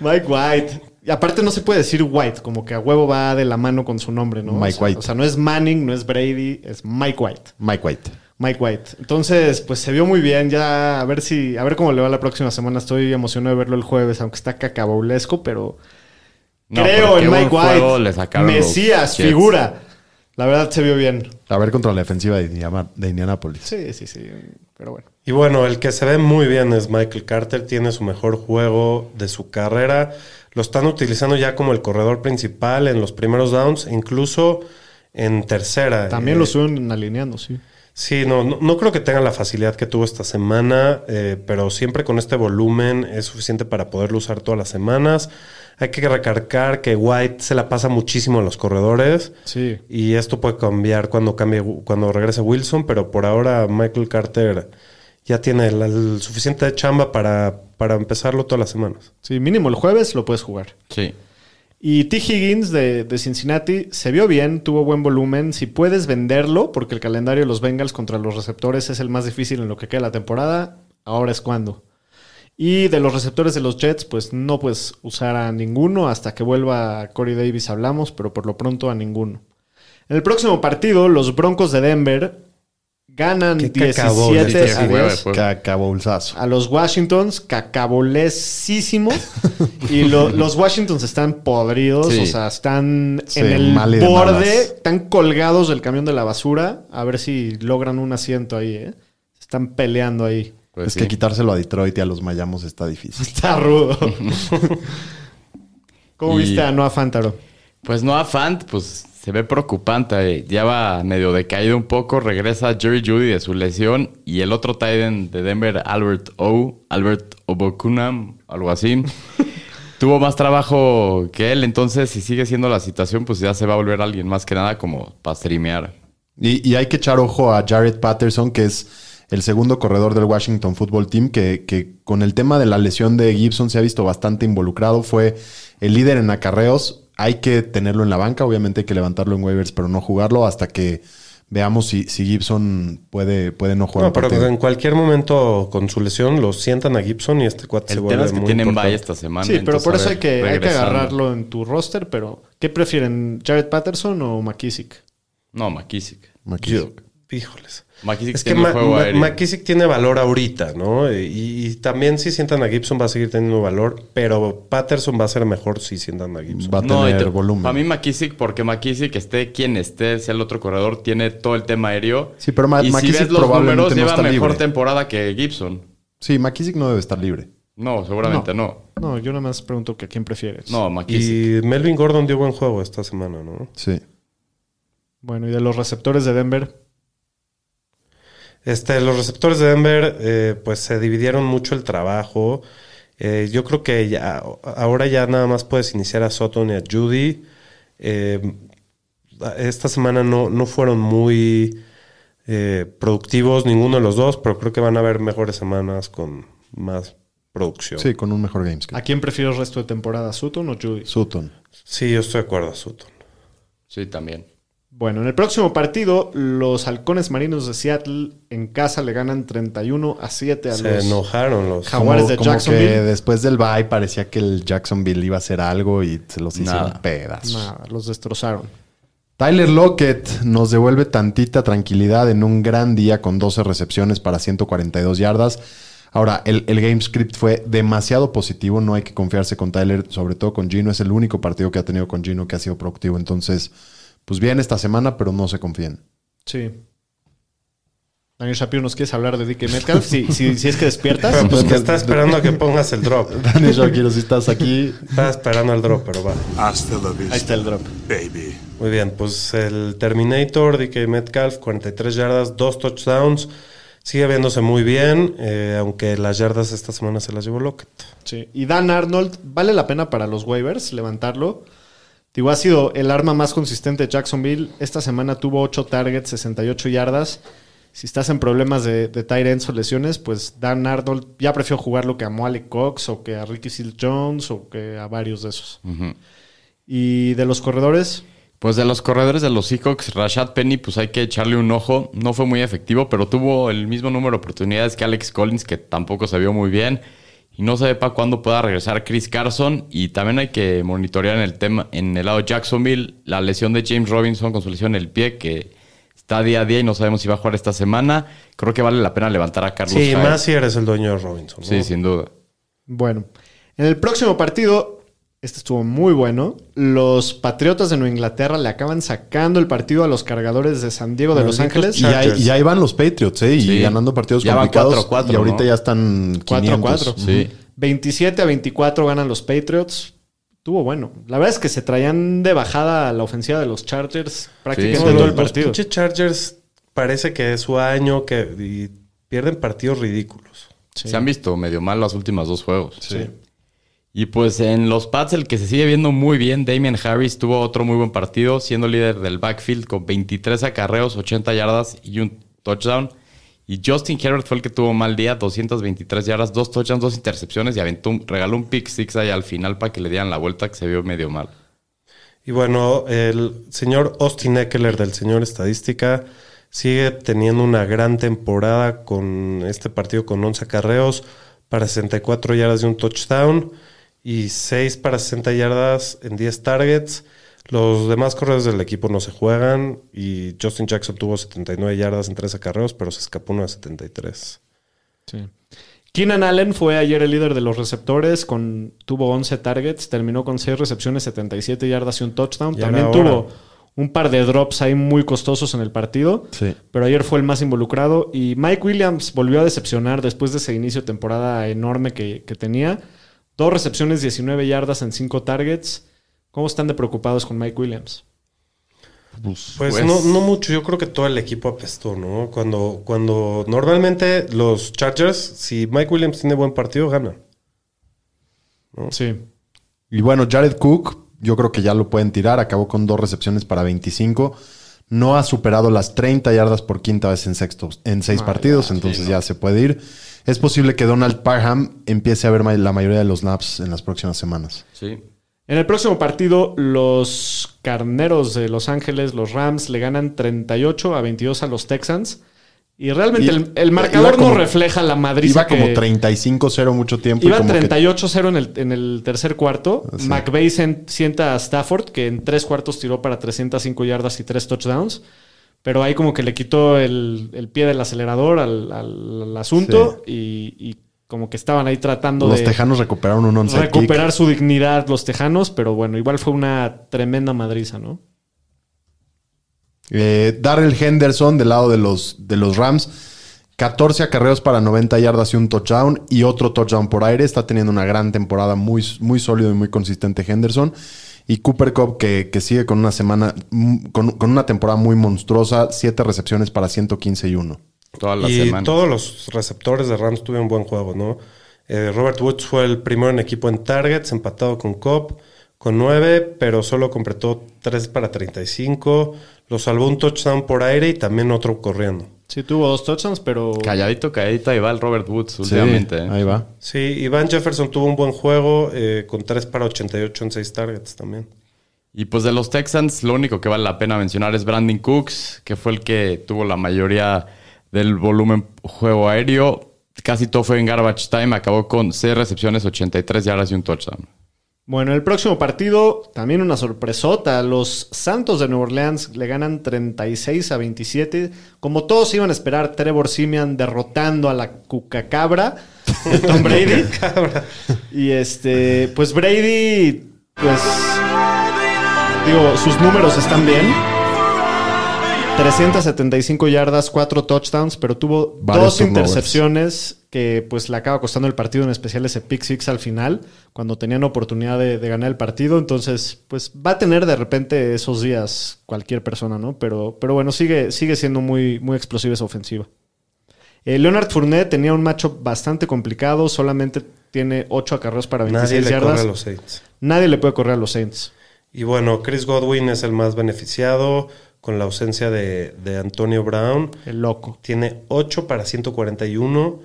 Mike White. Y aparte no se puede decir White, como que a huevo va de la mano con su nombre, ¿no? Mike O sea- White. O sea, no es Manning, no es Brady, es Mike White. Mike White. Mike White. Entonces, pues se vio muy bien. Ya a ver si, a ver cómo le va la próxima semana. Estoy emocionado de verlo el jueves, aunque está cacabaulesco, pero No, creo pero qué en Mike buen juego le White. sacaron los Mesías, Jets. figura. La verdad se vio bien. A ver contra la defensiva de, Indiana- de Indianapolis. Sí, sí, sí. Pero bueno. Y bueno, el que se ve muy bien es Michael Carter, tiene su mejor juego de su carrera. Lo están utilizando ya como el corredor principal en los primeros downs, incluso en tercera. También Eh, lo suben alineando, sí. Sí, no, no, no creo que tenga la facilidad que tuvo esta semana, eh, pero siempre con este volumen es suficiente para poderlo usar todas las semanas. Hay que recargar que White se la pasa muchísimo a los corredores. Sí. Y esto puede cambiar cuando cambie, cuando regrese Wilson, pero por ahora Michael Carter ya tiene el, el suficiente chamba para, para empezarlo todas las semanas. Sí, mínimo el jueves lo puedes jugar. Sí. Y T. Higgins de, de Cincinnati se vio bien, tuvo buen volumen. Si puedes venderlo, porque el calendario de los Bengals contra los receptores es el más difícil en lo que queda la temporada, ahora es cuando. Y de los receptores de los Jets, pues no puedes usar a ninguno hasta que vuelva Corey Davis, hablamos, pero por lo pronto a ninguno. En el próximo partido, los Broncos de Denver ganan Qué cacabo, 17 Qué a hueva, 10 pues. Cacabolsazo. a los Washingtons, cacabolesísimo. (laughs) y lo- los Washingtons están podridos, Sí. o sea, están Sí, en el mal y de borde, malas. están colgados del camión de la basura. A ver si logran un asiento ahí, ¿eh? Están peleando ahí. (laughs) Pues es sí. que quitárselo a Detroit y a los Mayamos está difícil. Está (laughs) rudo. ¿Cómo Y- viste a Noah Fántaro? Pues no a Fant, pues se ve preocupante. eh. Ya va medio decaído un poco. Regresa Jerry Judy de su lesión. Y el otro Titan de Denver, Albert O. Albert Obokunam, algo (laughs) así. Tuvo más trabajo que él. Entonces, si sigue siendo la situación, pues ya se va a volver alguien más que nada como para streamear. Y, y hay que echar ojo a Jared Patterson, que es el segundo corredor del Washington Football Team, que, que con el tema de la lesión de Gibson se ha visto bastante involucrado. Fue el líder en acarreos. Hay que tenerlo en la banca, obviamente hay que levantarlo en waivers, pero no jugarlo hasta que veamos si, si Gibson puede, puede no jugar. No, el pero pues partido. en cualquier momento con su lesión lo sientan a Gibson y este cuate se El vuelve tema es que muy tienen bye importante. esta semana. Sí, pero entonces, por a eso ver, hay que, hay que regresando. agarrarlo en tu roster, pero ¿qué prefieren? ¿Jared Patterson o McKissick? No, McKissick. McKissick. Híjoles. McKissick Es que tiene un Ma- juego Ma- aéreo. McKissick tiene valor ahorita, ¿no? Y, y también si sientan a Gibson va a seguir teniendo valor, pero Patterson va a ser mejor si sientan a Gibson. Va a y tener te- volumen. Para mí McKissick, porque McKissick esté quien esté, sea el otro corredor, tiene todo el tema aéreo. Sí, pero Ma- y si McKissick ves los probablemente números, no lleva está mejor libre. temporada que Gibson. Sí, McKissick no debe estar libre. No, seguramente no. No, yo nada más pregunto que a quién prefieres. No, McKissick. Y Melvin Gordon dio buen juego esta semana, ¿no? Sí. Bueno, y de los receptores de Denver, Este, los receptores de Denver, eh, pues se dividieron mucho el trabajo. Eh, yo creo que ya, ahora ya nada más puedes iniciar a Sutton y a Judy. Eh, esta semana no, no fueron muy eh, productivos ninguno de los dos, pero creo que van a haber mejores semanas con más producción. Sí, con un mejor game ¿a quién prefieres resto de temporada, Sutton o Judy? Sutton. Sí, yo estoy de acuerdo, Sutton. Sí, también. Bueno, en el próximo partido, los halcones marinos de Seattle en casa le ganan 31 a 7 a Se los... enojaron los. Ja- Jaguares de Jacksonville. que después del bye parecía que el Jacksonville iba a hacer algo y se los hicieron Nada. pedazos. Nada, los destrozaron. Tyler Lockett nos devuelve tantita tranquilidad en un gran día con 12 recepciones para 142 yardas. Ahora, el, el game script fue demasiado positivo, no hay que confiarse con Tyler, sobre todo con Gino, es el único partido que ha tenido con Gino que ha sido productivo, entonces, pues bien esta semana, pero no se confíen. Sí. Daniel Shapiro, ¿nos quieres hablar de Dickie Metcalf? Si si- si es que despiertas. (laughs) Pero pues que (laughs) está esperando a que pongas el drop. Dani Shakiro, si estás aquí, Estaba esperando el drop, pero va. Hasta la Ahí vista, está el drop. baby. Muy bien, pues el Terminator, DK Metcalf, 43 yardas, dos touchdowns. Sigue viéndose muy bien, eh, aunque las yardas esta semana se las llevó Lockett. Sí. Y Dan Arnold, ¿vale la pena para los waivers levantarlo? Digo, ha sido el arma más consistente de Jacksonville. Esta semana tuvo 8 targets, 68 yardas. Si estás en problemas de, de tight ends o lesiones, pues Dan Arnold ya prefiero jugarlo que a Moale Cox o que a Ricky Seal Jones o que a varios de esos. Y de los corredores, Pues de los corredores de los Seahawks, Rashad Penny, pues hay que echarle un ojo. No fue muy efectivo, pero tuvo el mismo número de oportunidades que Alex Collins, que tampoco se vio muy bien. Y no se para cuándo pueda regresar Chris Carson. Y también hay que monitorear en el tema, en el lado Jacksonville, la lesión de James Robinson con su lesión en el pie, que está día a día y no sabemos si va a jugar esta semana. Creo que vale la pena levantar a Carlos. Sí, Hyde. más si eres el dueño de Robinson. ¿no? Sí, sin duda. Bueno, en el próximo partido, este estuvo muy bueno. Los Patriotas de Nueva Inglaterra le acaban sacando el partido a los cargadores de San Diego de Los Ángeles. Malditos y ahí, y ahí van los Patriots, ¿eh? Y Sí. ganando partidos Ya van complicados, 4-4, y ahorita ¿no? ya están 500. 4-4. Sí. 27 a 24 ganan los Patriots. Tuvo bueno. La verdad es que se traían de bajada la ofensiva de los Chargers prácticamente Sí, sí, todo sí. el partido. Los pinche Chargers parece que es su año que y pierden partidos ridículos. Se han visto medio mal las últimas dos juegos. Sí. Y pues en los Pats, el que se sigue viendo muy bien, Damian Harris tuvo otro muy buen partido, siendo líder del backfield con 23 acarreos, 80 yardas y un touchdown. Y Justin Herbert fue el que tuvo mal día, 223 yardas, dos touchdowns, dos intercepciones y aventó un- regaló un pick six ahí al final para que le dieran la vuelta que se vio medio mal. Y bueno, el señor Austin Eckler del señor Estadística sigue teniendo una gran temporada con este partido con 11 carreos para 64 yardas de un touchdown y 6 para 60 yardas en 10 targets. Los demás corredores del equipo no se juegan y Justin Jackson tuvo 79 yardas en 3 acarreos, pero se escapó uno de 73. Sí. Keenan Allen fue ayer el líder de los receptores, con, tuvo 11 targets, terminó con 6 recepciones, 77 yardas y un touchdown. Ya También era tuvo hora. un par de drops ahí muy costosos en el partido, Sí. pero ayer fue el más involucrado. Y Mike Williams volvió a decepcionar después de ese inicio de temporada enorme que, que tenía. Dos recepciones, 19 yardas en 5 targets. ¿Cómo están de preocupados con Mike Williams? Pues, Pues, pues, no, no mucho, yo creo que todo el equipo apestó, ¿no? Cuando, cuando normalmente los Chargers, si Mike Williams tiene buen partido, ganan. Sí. Y bueno, Jared Cook, yo creo que ya lo pueden tirar. Acabó con dos recepciones para 25. No ha superado las 30 yardas por quinta vez en, sextos, en seis partidos, entonces ya se puede ir. Es posible que Donald Parham empiece a ver ma- la mayoría de los naps en las próximas semanas. Sí. En el próximo partido, los carneros de Los Ángeles, los Rams, le ganan 38 a 22 a los Texans. Y realmente Y- el, el marcador iba como- no refleja la madriza Iba como que- 35-0 mucho tiempo. y Iba como que- 38-0 en el, en el tercer cuarto. Sí. McVeigh sienta a Stafford, que en tres cuartos tiró para 305 yardas y tres touchdowns. Pero ahí como que le quitó el, el pie del acelerador al, al- al asunto y, y como que estaban ahí tratando los de Tejanos recuperaron un 11 recuperar su dignidad los tejanos. Pero bueno, igual fue una tremenda madriza, ¿no? Eh, Darrell Henderson del lado de los, de los Rams. 14 acarreos para 90 yardas y un touchdown y otro touchdown por aire. Está teniendo una gran temporada muy, muy sólido y muy consistente Henderson. Y Cooper Cup que, que sigue con una semana, mm, con, con una temporada muy monstruosa. 7 recepciones para 115 y 1. Toda la y semana. todos los receptores de Rams tuvieron buen juego, ¿no? Eh, Robert Woods fue el primero en equipo en targets, empatado con Cobb, con 9, pero solo completó 3 para 35. Lo salvó un touchdown por aire y también otro corriendo. Sí, tuvo dos touchdowns, pero... Calladito, calladito, ahí va el Robert Woods últimamente. ¿eh? Ahí va. Sí, Iván Jefferson tuvo un buen juego eh, con 3 para 88 en 6 targets también. Y pues de los Texans, lo único que vale la pena mencionar es Brandon Cooks, que fue el que tuvo la mayoría del volumen juego aéreo. Casi todo fue en garbage time, acabó con 6 recepciones, 83 yardas y un touchdown. Bueno, el próximo partido, también una sorpresota. Los Santos de Nueva Orleans le ganan 36 a 27. Como todos iban a esperar, Trevor Simeon derrotando a la cucacabra de Tom Brady. y este, pues Brady, pues. Digo, sus números están bien. 375 yardas, 4 touchdowns, pero tuvo Varios dos turnovers. intercepciones que pues le acaba costando el partido, en especial ese pick six al final, cuando tenían oportunidad de, de ganar el partido. Entonces, pues va a tener de repente esos días cualquier persona, ¿no? Pero, pero bueno, sigue, sigue siendo muy, muy explosiva esa ofensiva. Eh, Leonard Fournette tenía un macho bastante complicado, solamente tiene 8 acarreos para Nadie 26 le corre yardas. a los Saints. Nadie le puede correr a los Saints. Y bueno, Chris Godwin es el más beneficiado con la ausencia de, de Antonio Brown. El loco. Tiene 8 para 141.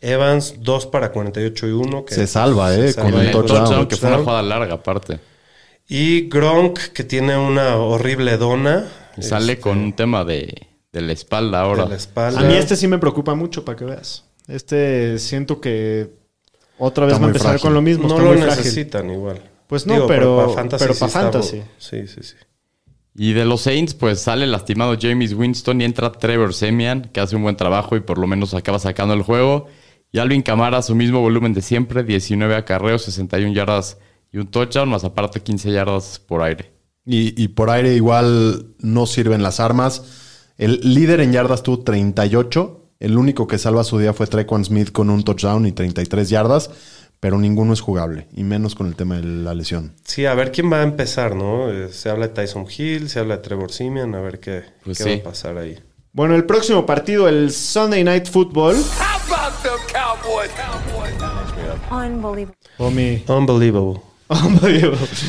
Evans 2 para 48 y 1. Se salva, eh, con Y un el touchdown. que fue una jugada larga aparte. Y Gronk, que tiene una horrible dona. Sale con Este. un tema de, de la espalda ahora. de la espalda. A mí este sí me preocupa mucho, para que veas. Este siento que otra vez Está va a muy empezar frágil. con lo mismo. no está lo muy frágil. necesitan igual. Pues no, pero- para fantasy. pero para sí está bo- fantasy. Sí, sí, sí. Y de los Saints, pues sale lastimado James Winston y entra Trevor Semian, que hace un buen trabajo y por lo menos acaba sacando el juego. Y Alvin Camara, su mismo volumen de siempre, 19 acarreos, 61 yardas y un touchdown, más aparte 15 yardas por aire. Y, y por aire igual no sirven las armas. El líder en yardas tuvo 38. El único que salva su día fue Trequan Smith con un touchdown y 33 yardas. Pero ninguno es jugable. Y menos con el tema de la lesión. Sí, a ver quién va a empezar, ¿no? Eh, se habla de Tyson Hill, se habla de Trevor Simeon, a ver qué, Pues qué sí. va a pasar ahí. Bueno, el próximo partido, el Sunday Night Football. Unbelievable. (laughs) Oh, Homie. Unbelievable. Homie.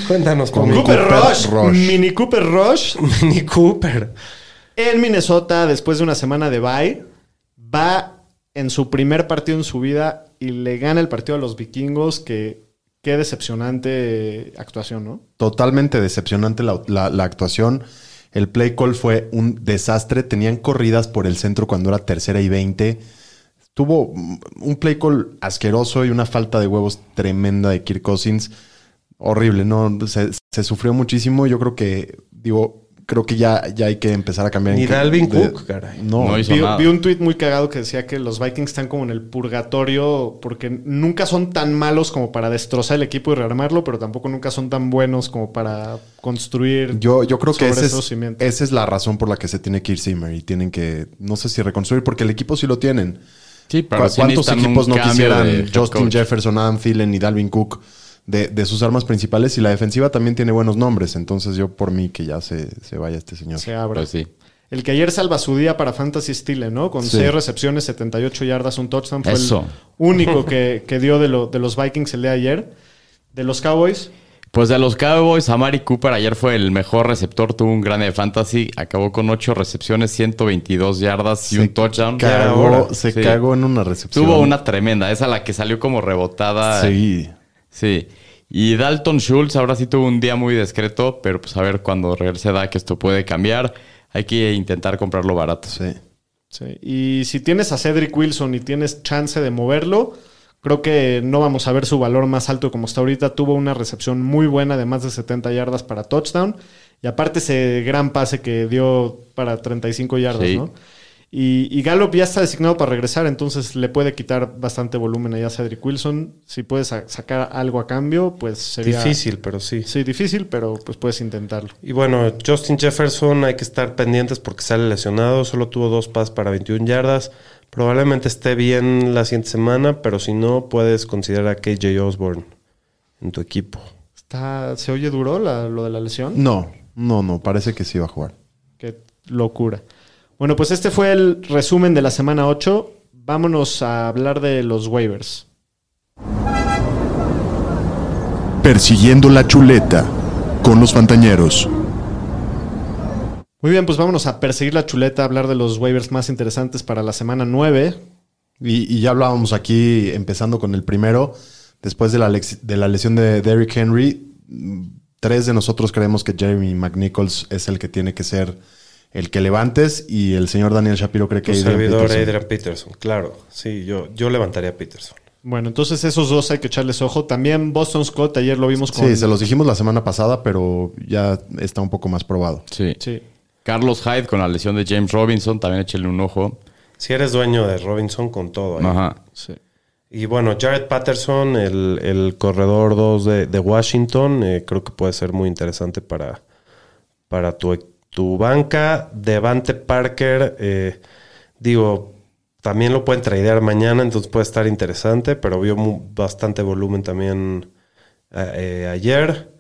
Cuéntanos Con Mini Cooper, Cooper Rush, Rush. Mini Cooper (laughs) Rush Mini Cooper. en Minnesota después de una semana de bye. Va en su primer partido en su vida y le gana el partido a los vikingos. Que qué decepcionante eh, actuación, ¿no? Totalmente decepcionante la, la- la actuación. El play call fue un desastre. Tenían corridas por el centro cuando era tercera y 20. Tuvo mm, un play call asqueroso y una falta de huevos tremenda de Kirk Cousins. Horrible, ¿no? Se, se sufrió muchísimo. Yo creo que, digo, creo que ya, ya hay que empezar a cambiar. Ni en que- Dalvin Cook, caray. No, No hizo Vi, nada. vi un tweet muy cagado que decía que los Vikings están como en el purgatorio porque nunca son tan malos como para destrozar el equipo y rearmarlo, pero tampoco nunca son tan buenos como para construir. Yo, yo creo que sobre ese esos es, cimientos. esa es la razón por la que se tiene que ir Zimmer y tienen que, no sé si reconstruir, porque el equipo sí lo tienen. Sí, pero ¿Cu- sí ¿Cuántos necesitan un equipos no cambio quisieran de head Justin coach? Jefferson, Adam Thielen y Dalvin Cook de, de sus armas principales y la defensiva también tiene buenos nombres. Entonces yo por mí que ya se, se vaya este señor. Se abre. Pues sí. El que ayer salva su día para Fantasy Stile, ¿no? Con Sí. seis recepciones, 78 yardas, un touchdown. Fue Eso. el único que, que dio de, lo- de los Vikings el día de ayer. De los Cowboys, Pues de los Cowboys, Amari Cooper ayer fue el mejor receptor, tuvo un grande de fantasy, acabó con 8 recepciones, 122 yardas y Se un touchdown. Ya era Cagó, hora. se Sí. cagó en una recepción. Tuvo una tremenda, esa la que salió como rebotada. Sí. Sí. Y Dalton Schultz ahora sí tuvo un día muy discreto, pero pues a ver cuando regrese que esto puede cambiar. Hay que intentar comprarlo barato. Sí. Sí, Y si tienes a Cedric Wilson y tienes chance de moverlo, creo que no vamos a ver su valor más alto como está ahorita. Tuvo una recepción muy buena de más de 70 yardas para touchdown. Y aparte ese gran pase que dio para 35 yardas, Sí. ¿no? Y, y Gallup ya está designado para regresar, entonces le puede quitar bastante volumen allá a Cedric Wilson. Si puedes sa- sacar algo a cambio, pues sería... Difícil, pero sí. Sí, difícil, pero pues puedes intentarlo. Y bueno, Justin Jefferson hay que estar pendientes porque sale lesionado. Solo tuvo dos pases para 21 yardas. Probablemente esté bien la siguiente semana, pero si no, puedes considerar a KJ Osborne en tu equipo. Está, ¿Se oye duro la- lo de la lesión? No, no, no, parece que sí va a jugar. Qué locura. Bueno, pues este fue el resumen de la semana 8. Vámonos a hablar de los waivers. Persiguiendo la chuleta con los Fantañeros. Muy bien, pues vámonos a perseguir la chuleta, a hablar de los waivers más interesantes para la semana 9. Y, y ya hablábamos aquí, empezando con el primero, después de la, lex- de la lesión de Derrick Henry, mm, tres de nosotros creemos que Jeremy McNichols es el que tiene que ser el que levantes y el señor Daniel Shapiro cree que Tu Adrian servidor Peterson. Adrian Peterson, claro. Sí, yo, yo levantaría a Peterson. Bueno, entonces esos dos hay que echarles ojo. También Boston Scott, ayer lo vimos con... Sí, se los dijimos la semana pasada, pero ya está un poco más probado. Sí. Sí. Carlos Hyde con la lesión de James Robinson, también échenle un ojo. Si eres dueño de Robinson, con todo. ahí. Ajá. Y bueno, Jared Patterson, el, el corredor 2 de, de Washington, eh, creo que puede ser muy interesante para, para tu, tu banca. Devante Parker, eh, digo, también lo pueden tradear mañana, entonces puede estar interesante, pero vio mu- bastante volumen también eh, eh, ayer.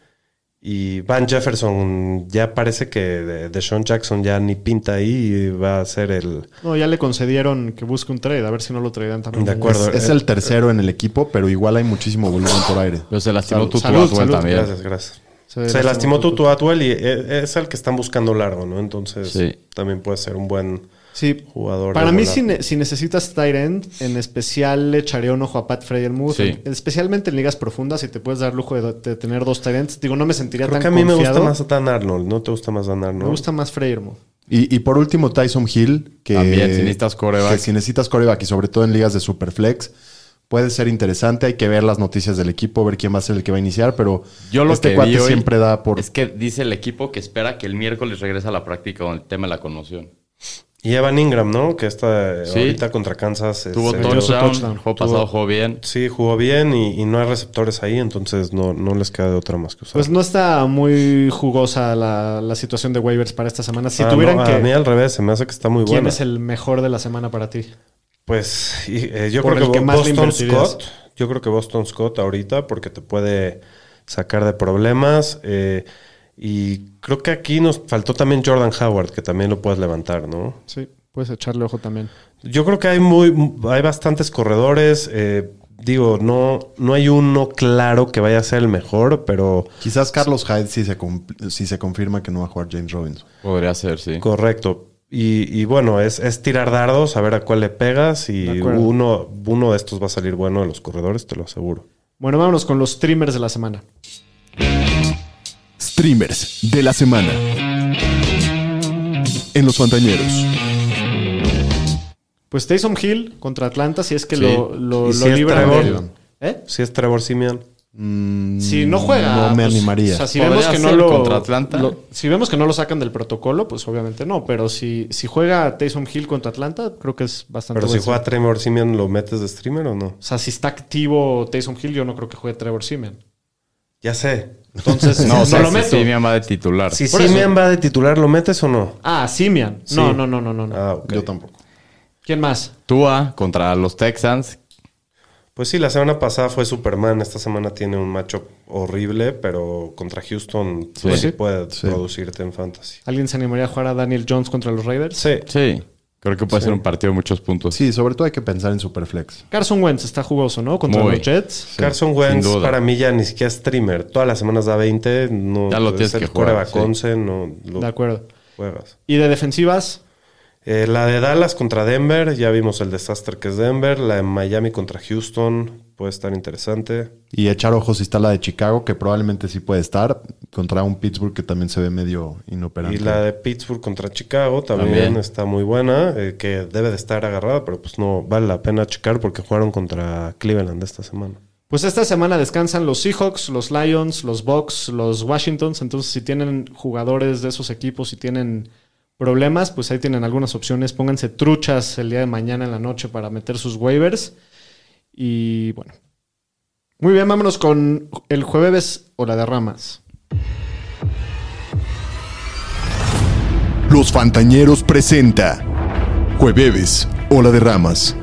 Y Van Jefferson, ya parece que de, de Sean Jackson ya ni pinta ahí y va a ser el... No, ya le concedieron que busque un trade, a ver si no lo traerán también. De acuerdo. eh, Es el tercero en el equipo, pero igual hay muchísimo volumen por aire. Pero se lastimó Salud, Tutu salud, Atwell salud. también. Gracias, gracias. Se lastimó Tutu Atwell y eh, es el que están buscando largo, ¿no? Entonces Sí. también puede ser un buen Sí. jugador. Para de mí, volar. si, ne- si necesitas tight end, en especial le echaré un ojo a Pat Freyermuth. Sí. Especialmente en ligas profundas, si te puedes dar lujo de, de tener dos tight ends. Digo, no me sentiría Creo tan que a mí confiado. me gusta más Dan Arnold, ¿no? ¿Te gusta más Dan Arnold? Me gusta más Freyermuth. Y, y por último, Tyson Hill, que, También, si necesitas coreback. que si necesitas coreback y sobre todo en ligas de Superflex, puede ser interesante. Hay que ver las noticias del equipo, ver quién va a ser el que va a iniciar, pero Yo lo este que cuate vi hoy siempre da por... Es que dice el equipo que espera que el miércoles regrese a la práctica con el tema de la conmoción. Y Evan Ingram, ¿no? Que está eh, Sí. ahorita contra Kansas. es, Tuvo eh, touchdown, touchdown. juego Tuvo- pasado jugó bien. Sí, jugó bien y, y no hay receptores ahí, entonces no, no les queda de otra más que usar. Pues no está muy jugosa la, la situación de waivers para esta semana. Si Ah, tuvieran no, que. A mí al revés, se me hace que está muy ¿Quién bueno. es el mejor de la semana para ti? Pues y, eh, yo Por creo el que, que Bo- más le Boston invertirías. Scott, yo creo que Boston Scott ahorita porque te puede sacar de problemas eh, y creo que aquí nos faltó también Jordan Howard que también lo puedes levantar, ¿no? Sí, puedes echarle ojo también. Yo creo que hay muy hay bastantes corredores, eh, digo no no hay uno claro que vaya a ser el mejor, pero Quizás Carlos Hyde si se, com- si se confirma que no va a jugar James Robinson. Podría ser, sí. Correcto. Y, y bueno, es, es tirar dardos, a ver a cuál le pegas De y acuerdo. uno, uno de estos va a salir bueno de los corredores, te lo aseguro. Bueno, vámonos con los streamers de la semana. Streamers de la semana. En los Fantañeros. Pues Taysom Hill contra Atlanta, si es que Sí. lo, lo, lo Y si es libran Trevor. del- ¿Eh? Si es Trevor Simeon. Si no juega. Mm, No me pues, animaría. O sea, si Podría vemos que no ser lo. contra Atlanta. lo- si vemos que no lo sacan del protocolo, pues obviamente no. Pero si, si juega Taysom Hill contra Atlanta, creo que es bastante Pero si bueno. juega Trevor Simeon, ¿lo metes de streamer o no? O sea, si está activo Taysom Hill, yo no creo que juegue Trevor Simen. Ya sé. (laughs) Entonces, no, No, o sea, lo si meto. Simeon va de titular. Si Por eso. Simeon va de titular, ¿lo metes o no? Ah, Simian. Sí. No, no, no, no, no. no. Ah, ok. Yo tampoco. ¿Quién más? Tua contra los Texans. Pues sí, la semana pasada fue Superman. Esta semana tiene un matchup horrible, pero contra Houston Sí. pues, sí Sí. puede Sí. producirte en fantasy. ¿Alguien se animaría a jugar a Daniel Jones contra los Raiders? Sí. Sí, creo que puede ser un partido de muchos puntos. Sí, sobre todo hay que pensar en Superflex. Carson Wentz está jugoso, ¿no? Contra Muy. los Jets. Carson Wentz Sin duda. para mí ya ni siquiera es streamer. Todas las semanas da 20. No, Ya lo es tienes el que jugar, quarterback sí. 11, no lo De acuerdo. juegas. ¿Y de defensivas? Eh, la de Dallas contra Denver, ya vimos el desastre que es Denver. La de Miami contra Houston puede estar interesante. Y echar ojos si está la de Chicago, que probablemente sí puede estar, contra un Pittsburgh que también se ve medio inoperante. Y la de Pittsburgh contra Chicago también, También. está muy buena, eh, que debe de estar agarrada, pero pues no vale la pena checar porque jugaron contra Cleveland esta semana. Pues esta semana descansan los Seahawks, los Lions, los Bucks, los Washingtons. Entonces, si tienen jugadores de esos equipos, si tienen problemas, pues ahí tienen algunas opciones. Pónganse truchas el día de mañana en la noche para meter sus waivers. Y bueno. Muy bien, vámonos con el jueves o la de ramas. Los Fantañeros presenta Jueves, Ola de Ramas.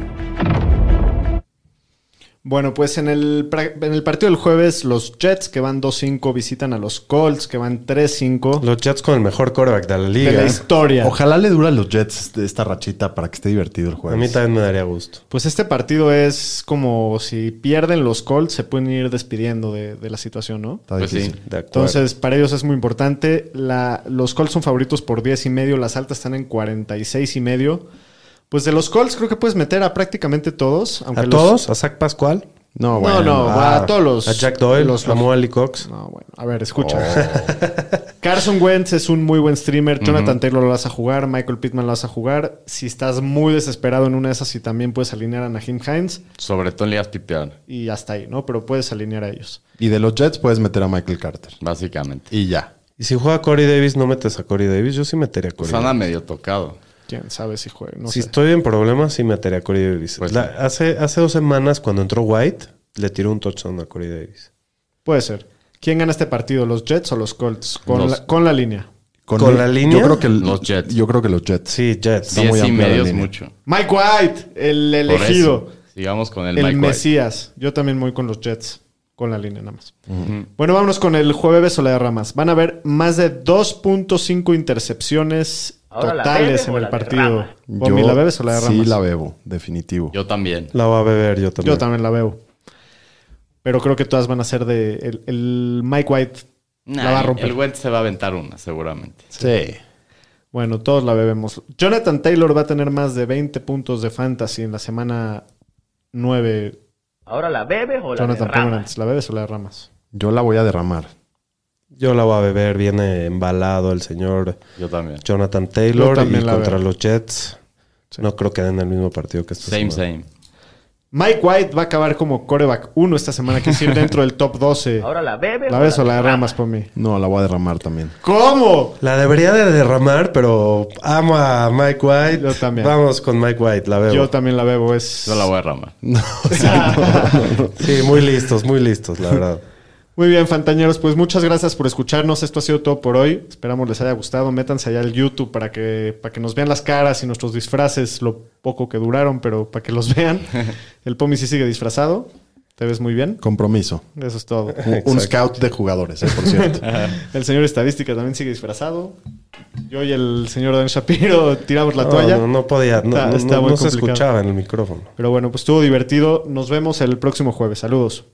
Bueno, pues en el, pra- en el partido del jueves, los Jets que van 2-5 visitan a los Colts que van 3-5 Los Jets con el mejor quarterback de la de la liga. ¿eh? historia. Ojalá le dure a los Jets de esta rachita para que esté divertido el A juego. mí también me daría gusto. Pues este partido es como si pierden los Colts, se pueden ir despidiendo de, de la situación, ¿no? Está Pues sí. difícil. De acuerdo. Entonces, para ellos es muy importante. La- los Colts son favoritos por 10 y medio, las altas están en 46 y medio. Pues de los Colts creo que puedes meter a prácticamente todos. Aunque ¿A los- todos? ¿A Zach Pascual? No, No, bueno. no, ah, a todos los. ¿A Jack Doyle? los- ¿A Moali Cox? No, bueno, a ver, escucha. (laughs) Carson Wentz es un muy buen streamer. Jonathan Taylor lo vas a jugar. Michael Pittman lo vas a jugar. Si estás muy desesperado en una de esas, si también puedes alinear a Naheem Hines. Sobre todo en ligas PPR, Y hasta ahí, ¿no? Pero puedes alinear a ellos. Y de los Jets puedes meter a Michael Carter. básicamente. Y ya. Y si juega Corey Davis, no metes a Corey Davis. Yo sí metería a Corey Pues anda Davis. medio tocado. Quién sabe si juega. No si sé. estoy en problemas, sí metería a Corey Davis. Pues La- sí. hace, hace dos semanas, cuando entró White, le tiró un touchdown a Corey Davis. Puede ser. ¿Quién gana este partido? ¿Los Jets o los Colts? Con, Los- la, con la línea. ¿Con la línea? Yo creo que el- Los Jets. Yo creo que los Jets. Sí, Jets. muy Diez y amplia la medio es línea. mucho. Mike White, el Por elegido. eso, Sigamos con el, El, Mike White. Mesías. Yo también voy con los Jets. Con la línea nada más. Bueno, vámonos con el jueves o la de ramas. Van a haber más de 2.5 intercepciones Ahora, ¿la totales bebes en o el la de partido. ramas? Pomi, ¿la bebes o la de ramas? Sí, la bebo, definitivo. Yo también. La va a beber yo también. Yo también la veo. Pero creo que todas van a ser de... El, el Mike White la Nah, va a romper. El Wentz se va a aventar una, seguramente. sí. Bueno, todos la bebemos. Jonathan Taylor va a tener más de 20 puntos de fantasy en la semana 9. Ahora la bebes o la Jonathan derramas. Pomerantz, ¿la bebes o la derramas? Yo la voy a derramar. Yo la voy a beber. Viene embalado el señor Yo también. Jonathan Taylor Yo y también la contra veo. los Jets. No creo que den el mismo partido que esta Same, semana. same. Mike White va a acabar como coreback 1 esta semana, que decir, dentro del top 12. Ahora la bebes ¿La bebes o la derramas. derramas por mí? No, la voy a derramar también. ¿Cómo? La debería de derramar, pero amo a Mike White. Yo también. Vamos con Mike White, la veo. Yo (laughs) también la bebo, es... Yo la voy a ramar. sí, muy listos, muy listos, la verdad. Muy bien, Fantañeros, pues muchas gracias por escucharnos. Esto ha sido todo por hoy. Esperamos les haya gustado. Métanse allá al YouTube para que, para que nos vean las caras y nuestros disfraces, lo poco que duraron, pero para que los (laughs) vean. El Pomi sí sigue disfrazado. Te ves muy bien. (laughs) Compromiso. Eso es todo. Un scout de jugadores, eh, por cierto. El señor Estadística también sigue disfrazado. Yo y el señor Dan Shapiro (laughs) tiramos la No, toalla. No, no podía, no, Está- no- está no muy se complicado. escuchaba en el micrófono. Pero bueno, pues estuvo divertido. Nos vemos el próximo jueves. Saludos.